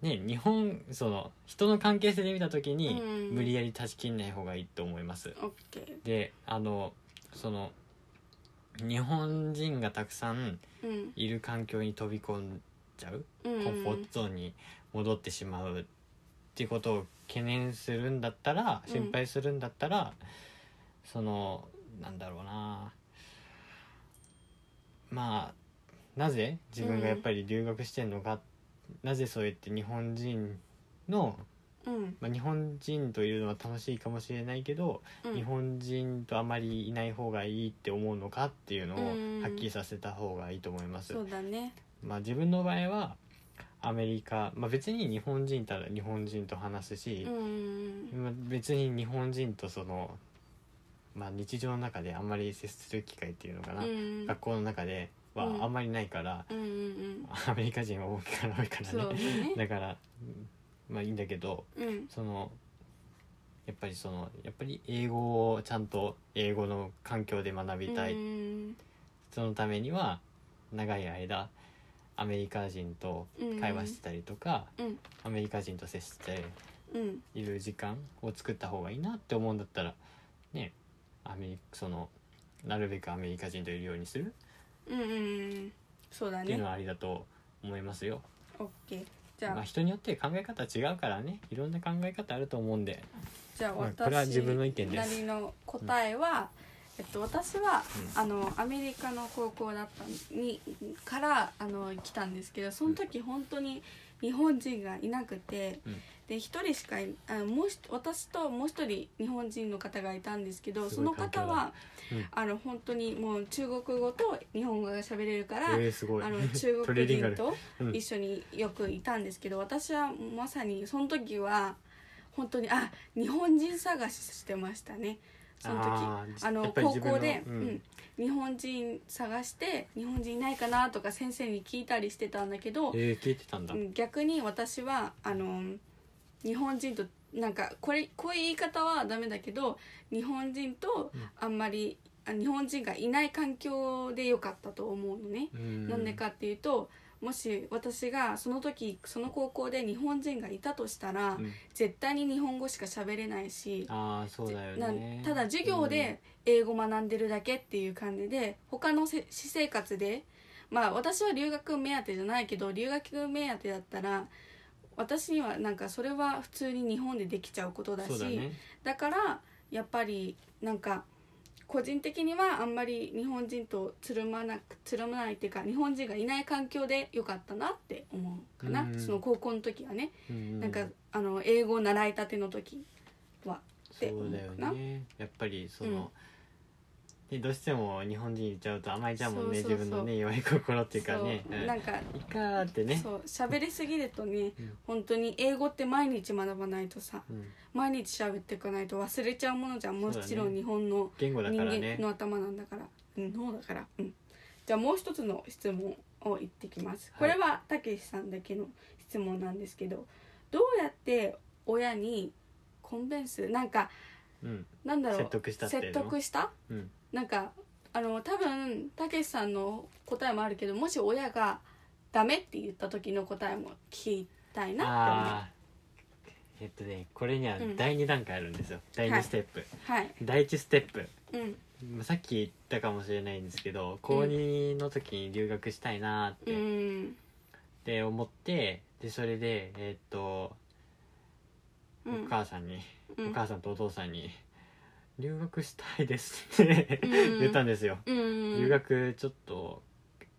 Speaker 2: ね日本その人の関係性で見た時に
Speaker 1: うん
Speaker 2: 無理やり断ち切んない方がいいと思います。
Speaker 1: オッケー
Speaker 2: であのその日本人がたくさん
Speaker 1: うん
Speaker 2: いる環境に飛び込んじゃう
Speaker 1: うん
Speaker 2: コンフォートゾーンに戻ってしまうっていうことを懸念するんだったら
Speaker 1: うん
Speaker 2: 心配するんだったら、そのなんだろうなまあなぜ自分がやっぱり留学してんのか、なぜそうやって日本人の、
Speaker 1: うん
Speaker 2: まあ、日本人というのは楽しいかもしれないけど、
Speaker 1: うん
Speaker 2: 日本人とあまりいない方がいいって思うのかっていうのを
Speaker 1: うん
Speaker 2: はっきりさせた方がいいと思います。
Speaker 1: そうだね
Speaker 2: まあ、自分の場合はアメリカ、まあ、別に日本人いたら日本人と話すし
Speaker 1: うん、うん
Speaker 2: まあ別に日本人とその、まあ、日常の中であんまり接する機会っていうのかな、
Speaker 1: うんうん
Speaker 2: 学校の中で
Speaker 1: うん
Speaker 2: はあんまりないから、
Speaker 1: うんうん
Speaker 2: アメリカ人は大きいから多いか
Speaker 1: そう
Speaker 2: ら
Speaker 1: だ
Speaker 2: ね
Speaker 1: ね
Speaker 2: だからうんまあいいんだけど
Speaker 1: うん
Speaker 2: そのやっぱりそのやっぱり英語をちゃんと英語の環境で学びたい、
Speaker 1: うん
Speaker 2: そのためには長い間アメリカ人と会話してたりとか、
Speaker 1: うん
Speaker 2: アメリカ人と接して
Speaker 1: うん
Speaker 2: いる時間を作った方がいいなって思うんだったらねアメリそのなるべくアメリカ人といるようにする
Speaker 1: うんうんそうだ
Speaker 2: っていうの
Speaker 1: ね
Speaker 2: はありだと思いますよ。
Speaker 1: オッケーじゃ
Speaker 2: まあ、
Speaker 1: あ
Speaker 2: 人によって考え方違うからねいろんな考え方あると思うんで、
Speaker 1: じゃあ
Speaker 2: まあこれは
Speaker 1: 私
Speaker 2: 自分の意見で
Speaker 1: な
Speaker 2: す
Speaker 1: りの答えは、えっと、私は、
Speaker 2: う
Speaker 1: あのアメリカの高校だったにからあの来たんですけどその時本当に日本人がいなくて、
Speaker 2: うん
Speaker 1: で一人しかいあのもうひ私ともう一人日本人の方がいたんですけど
Speaker 2: す
Speaker 1: そ
Speaker 2: ご
Speaker 1: の
Speaker 2: い
Speaker 1: 方は、
Speaker 2: 環境だうん
Speaker 1: あの本当にもう中国語と日本語が喋れるから、
Speaker 2: えー、すごい
Speaker 1: あ の中
Speaker 2: トレ
Speaker 1: 国
Speaker 2: ーディンガ
Speaker 1: 人
Speaker 2: ル
Speaker 1: と
Speaker 2: うん
Speaker 1: 一緒によくいたんですけど私はまさにその時は本当にあ日本人探ししてましたねその時あ
Speaker 2: あーや
Speaker 1: の
Speaker 2: っぱり
Speaker 1: 高
Speaker 2: 自分の
Speaker 1: 校で、
Speaker 2: う
Speaker 1: うんん日本人探して日本人いないかなとか先生に聞いたりしてたんだけど、
Speaker 2: えー、聞いてたんだ、
Speaker 1: うん逆に私はあの日本人となんかこれこういう言い方はダメだけど日本人とあんまり、あ日本人がいない環境でよかったと思うのね。
Speaker 2: うん
Speaker 1: なんでかっていうともし私がその時その高校で日本人がいたとしたら、
Speaker 2: うん
Speaker 1: 絶対に日本語しか喋れないし、
Speaker 2: ああそうだよね
Speaker 1: なんただ授業で英語学んでるだけっていう感じで他のせ私生活でまあ私は留学目当てじゃないけど留学目当てだったら私にはなんかそれは普通に日本でできちゃうこと
Speaker 2: うん
Speaker 1: だし
Speaker 2: そうだね
Speaker 1: だからやっぱりなんか個人的にはあんまり日本人とつるまなくつるまないっていうか日本人がいない環境でよかったなって思うかな、
Speaker 2: うん
Speaker 1: その高校の時はね、
Speaker 2: うう
Speaker 1: なんかあの英語を習いたての時は
Speaker 2: そ
Speaker 1: て思
Speaker 2: う
Speaker 1: う
Speaker 2: だよ
Speaker 1: かな
Speaker 2: ねやっぱりその、ねどうしても日本人言っちゃうと甘えちゃうもんね
Speaker 1: そうそうそう
Speaker 2: 自分のね弱い心っていうかね
Speaker 1: そう
Speaker 2: うん
Speaker 1: なんか、
Speaker 2: いいかーってね
Speaker 1: そう喋りすぎるとね、
Speaker 2: うん
Speaker 1: 本当に英語って毎日学ばないとさ
Speaker 2: うん
Speaker 1: 毎日喋っていかないと忘れちゃうものじゃんもちろ
Speaker 2: そうだ
Speaker 1: ん
Speaker 2: ね
Speaker 1: 日本の
Speaker 2: 言語だ
Speaker 1: 人
Speaker 2: から
Speaker 1: 間
Speaker 2: ね
Speaker 1: の頭なんだからうん脳だからうんじゃあもう一つの質問を言ってきますこ
Speaker 2: はい
Speaker 1: れはたけしさんだけの質問なんですけどどうやって親にコンベンスなんか
Speaker 2: うん
Speaker 1: なんだろう
Speaker 2: 説得したっていうの
Speaker 1: 説得した
Speaker 2: うん
Speaker 1: なんかあの多分たけしさんの答えもあるけどもし親がダメって言った時の答えも聞きたいなっ
Speaker 2: ああーえっとねこれには
Speaker 1: うん
Speaker 2: 第2段階あるんですよ、第
Speaker 1: はい
Speaker 2: 2ステップ、
Speaker 1: て思うはい
Speaker 2: 第1ステップ
Speaker 1: うん
Speaker 2: まあさっき言ったかもしれないんですけど高2の時に留学したいなーって、
Speaker 1: うん
Speaker 2: って思ってでそれでえーっと、
Speaker 1: うん
Speaker 2: お母さんに
Speaker 1: うん
Speaker 2: お母さんとお父さんに「留学したいです」って
Speaker 1: うん
Speaker 2: 言ったんですよ、
Speaker 1: うん
Speaker 2: 留学ちょっと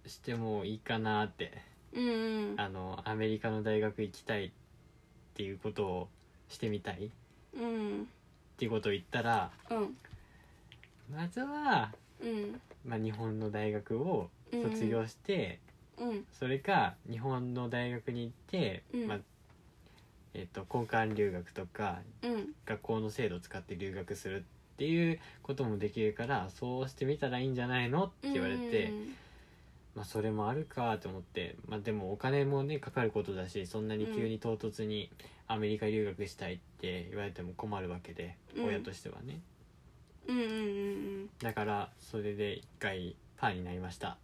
Speaker 2: してもいいかなって
Speaker 1: うん
Speaker 2: あのアメリカの大学行きたいっていうことをしてみたいっ
Speaker 1: うん
Speaker 2: ていうことを言ったら
Speaker 1: うん
Speaker 2: まずは、
Speaker 1: うん
Speaker 2: まあ、日本の大学を卒業して、
Speaker 1: うん
Speaker 2: それか日本の大学に行って、
Speaker 1: うん
Speaker 2: まあえっと交換留学とか
Speaker 1: うん
Speaker 2: 学校の制度を使って留学するっていうこともできるからそうしてみたらいいんじゃないのって言われて、まあ、それもあるかと思って、まあ、でもお金もねかかることだしそんなに急に唐突にアメリカ留学したいって言われても困るわけで、
Speaker 1: うん
Speaker 2: 親としてはね
Speaker 1: うんうんうんうん
Speaker 2: だからそれで一回パーになりました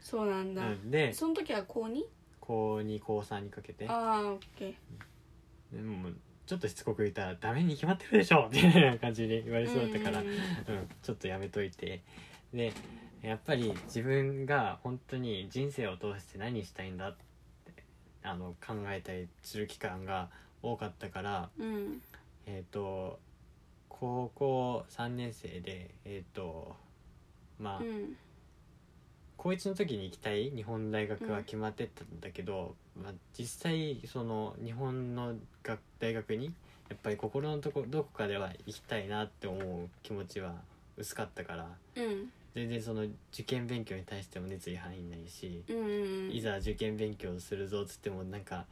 Speaker 1: そうなんだ、
Speaker 2: うん、で
Speaker 1: その時は高 2?
Speaker 2: 高2高3にかけて
Speaker 1: ああオッケー
Speaker 2: でもうちょっとしつこく言ったら「ダメに決まってるでしょ!」みたいな感じに言われそうだったから、
Speaker 1: う
Speaker 2: うんん
Speaker 1: うん
Speaker 2: ちょっとやめといてでやっぱり自分が本当に人生を通して何したいんだってあの考えたりする期間が多かったから
Speaker 1: うん
Speaker 2: えっ、と高校3年生でえっ、とまあ、
Speaker 1: うん
Speaker 2: 高1の時に行きたい日本大学は決まってたんだけど、まあ、実際その日本の学大学にやっぱり心のとこどこかでは行きたいなって思う気持ちは薄かったから
Speaker 1: うん
Speaker 2: 全然その受験勉強に対しても熱意範囲ないし、
Speaker 1: うんうん
Speaker 2: いざ受験勉強するぞっつってもなんか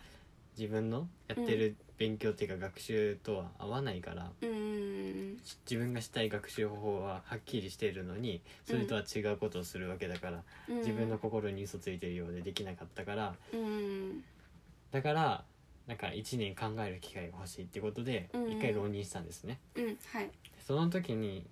Speaker 2: 自分のやってる勉強っていうか学習とは合わないから、
Speaker 1: うんうん
Speaker 2: し自分がしたい学習方法ははっきりしているのにそれとは違うことをするわけだから。
Speaker 1: うん
Speaker 2: 自分の心に嘘ついてるようでできなかったから
Speaker 1: うんうん
Speaker 2: だからなんか1年考える機会が欲しいってことで
Speaker 1: うん
Speaker 2: 一回浪人したんですね、
Speaker 1: うんはい
Speaker 2: その時に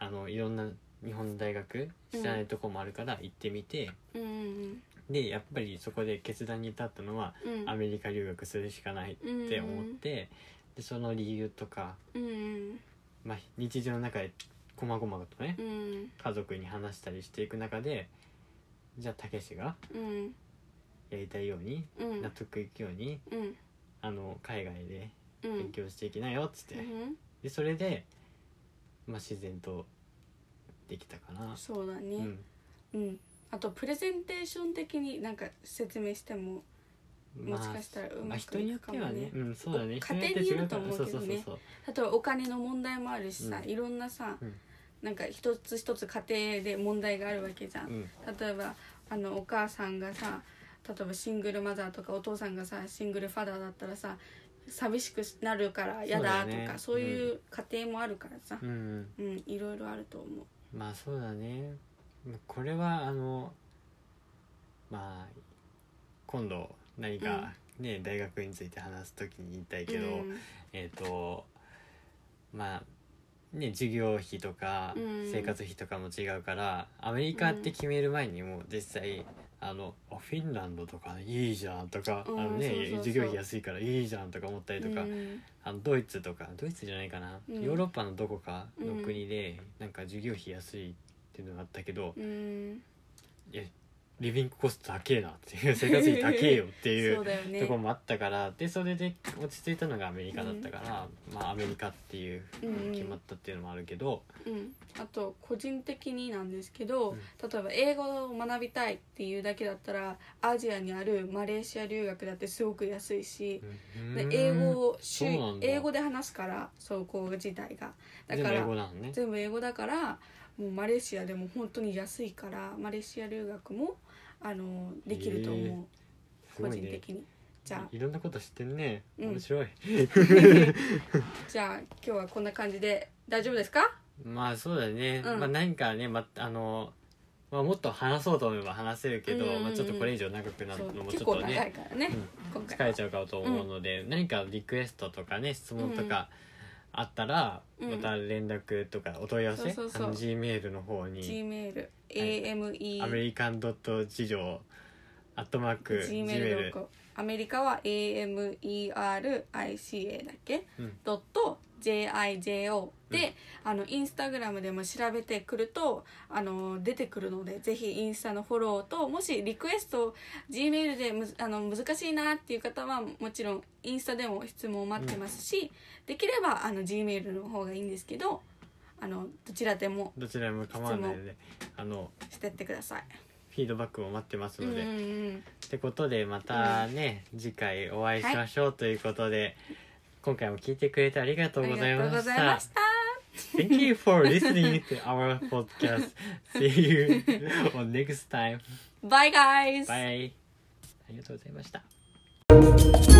Speaker 2: あのいろんな日本の大学知らないとこもあるから行ってみて、
Speaker 1: うんうん
Speaker 2: でやっぱりそこで決断に至ったのは
Speaker 1: うん
Speaker 2: アメリカ留学するしかないって思って、でその理由とか、
Speaker 1: うんうん
Speaker 2: まあ、日常の中で細々とね
Speaker 1: うん
Speaker 2: 家族に話したりしていく中でじゃあたけしが
Speaker 1: うん
Speaker 2: やりたいように
Speaker 1: うん
Speaker 2: 納得いくように
Speaker 1: うん
Speaker 2: あの海外で
Speaker 1: うん
Speaker 2: 勉強していきなよっつって、
Speaker 1: うん
Speaker 2: でそれで、まあ、自然とできたかな、
Speaker 1: そうだ
Speaker 2: う
Speaker 1: ね
Speaker 2: ん
Speaker 1: うんあとプレゼンテーション的になんか説明しても
Speaker 2: まあ、
Speaker 1: もしかしたらうまく
Speaker 2: まあ人によってはね
Speaker 1: いくか
Speaker 2: うんそうだね
Speaker 1: 家庭によると思うけどね
Speaker 2: 人によって違うからそうそうそう
Speaker 1: 例えばお金の問題もあるしさ、
Speaker 2: うん
Speaker 1: いろんなさ、
Speaker 2: うん
Speaker 1: なんか一つ一つ家庭で問題があるわけじゃん、
Speaker 2: そううん
Speaker 1: 例えばあのお母さんがさ例えばシングルマザーとかお父さんがさシングルファダーだったらさ寂しくなるから嫌だ
Speaker 2: そう
Speaker 1: と
Speaker 2: だ
Speaker 1: か
Speaker 2: よね
Speaker 1: そう,、いう家庭もあるからさ
Speaker 2: う、んうん
Speaker 1: うんいろいろあると思う。
Speaker 2: まあそうだねこれはあのまあ今度何か、ね大学について話す時に言いたいけど、
Speaker 1: うん
Speaker 2: えっ、とまあね授業費とか
Speaker 1: うん
Speaker 2: 生活費とかも違うから、アメリカって決める前にもう実際あのあフィンランドとかいいじゃんとか、
Speaker 1: うん
Speaker 2: あのね
Speaker 1: そうそうそう
Speaker 2: 授業費安いからいいじゃんとか思ったりとか、
Speaker 1: うん
Speaker 2: あのドイツとかドイツじゃないかな、
Speaker 1: うん
Speaker 2: ヨーロッパのどこかの国でなんか授業費安いっていうのがあったけど、
Speaker 1: うん
Speaker 2: いやリビングコスト高えなっていう 生活費高えよっていう
Speaker 1: そうだよね
Speaker 2: とこもあったから、でそれで落ち着いたのがアメリカだったから、まあアメリカっていうふうに決まったっていうのもあるけど、
Speaker 1: うん、あと個人的になんですけど、
Speaker 2: うん
Speaker 1: 例えば英語を学びたいっていうだけだったらアジアにあるマレーシア留学だってすごく安いし、
Speaker 2: うん
Speaker 1: で英語を
Speaker 2: そうなんだ
Speaker 1: 英語で話すからそうこう自体がだ
Speaker 2: 全
Speaker 1: か
Speaker 2: 部英
Speaker 1: ら
Speaker 2: 語なのね
Speaker 1: 全部英語だからもうマレーシアでも本当に安いからマレーシア留学もあのできると
Speaker 2: へえ
Speaker 1: 思う、
Speaker 2: すご
Speaker 1: 個
Speaker 2: い
Speaker 1: 人
Speaker 2: ね
Speaker 1: 的にじゃあ
Speaker 2: いろんなこと知ってんね
Speaker 1: うん
Speaker 2: 面白い、
Speaker 1: じゃあ今日はこんな感じで大丈夫ですか
Speaker 2: まあそうだね、
Speaker 1: うん
Speaker 2: まあ何かねまあのまあ、もっと話そうと思えば話せるけど、
Speaker 1: うんうんうん
Speaker 2: まあ、ちょっとこれ以上長くなるの
Speaker 1: そう
Speaker 2: もちょ
Speaker 1: 結
Speaker 2: っ
Speaker 1: 構
Speaker 2: と
Speaker 1: 長
Speaker 2: ね
Speaker 1: いからね、今回
Speaker 2: 疲れちゃうかと思うので、何かリクエストとかね質問とかあったら、
Speaker 1: うん
Speaker 2: また連絡とかお問い合わ
Speaker 1: そ
Speaker 2: せ、
Speaker 1: うそうそう
Speaker 2: あの G メールの方に
Speaker 1: G メール AME、
Speaker 2: アメリカンドット事情アットマーク Gmail
Speaker 1: gmail.com アメリカは AMERICA だっけ、
Speaker 2: うん
Speaker 1: ドット JIJO で、あのインスタグラムでも調べてくるとあの出てくるのでぜひインスタのフォローともしリクエスト G メールでむずあの難しいなっていう方はもちろんインスタでも質問を待ってますし、できればあの G メールの方がいいんですけどあのどちらでも
Speaker 2: どちらも構わないのであの
Speaker 1: してってください。
Speaker 2: フィードバックも待ってます
Speaker 1: うん
Speaker 2: の
Speaker 1: うん
Speaker 2: で、っ
Speaker 1: うん
Speaker 2: てことでまたね、次回お会いしましょうということで、今回も聞いてくれてありがとうござい
Speaker 1: あり
Speaker 2: まし
Speaker 1: がとうございま
Speaker 2: た
Speaker 1: した。
Speaker 2: Thank you for listening to our podcast see you on next time
Speaker 1: Bye guys!
Speaker 2: bye ありがとうございました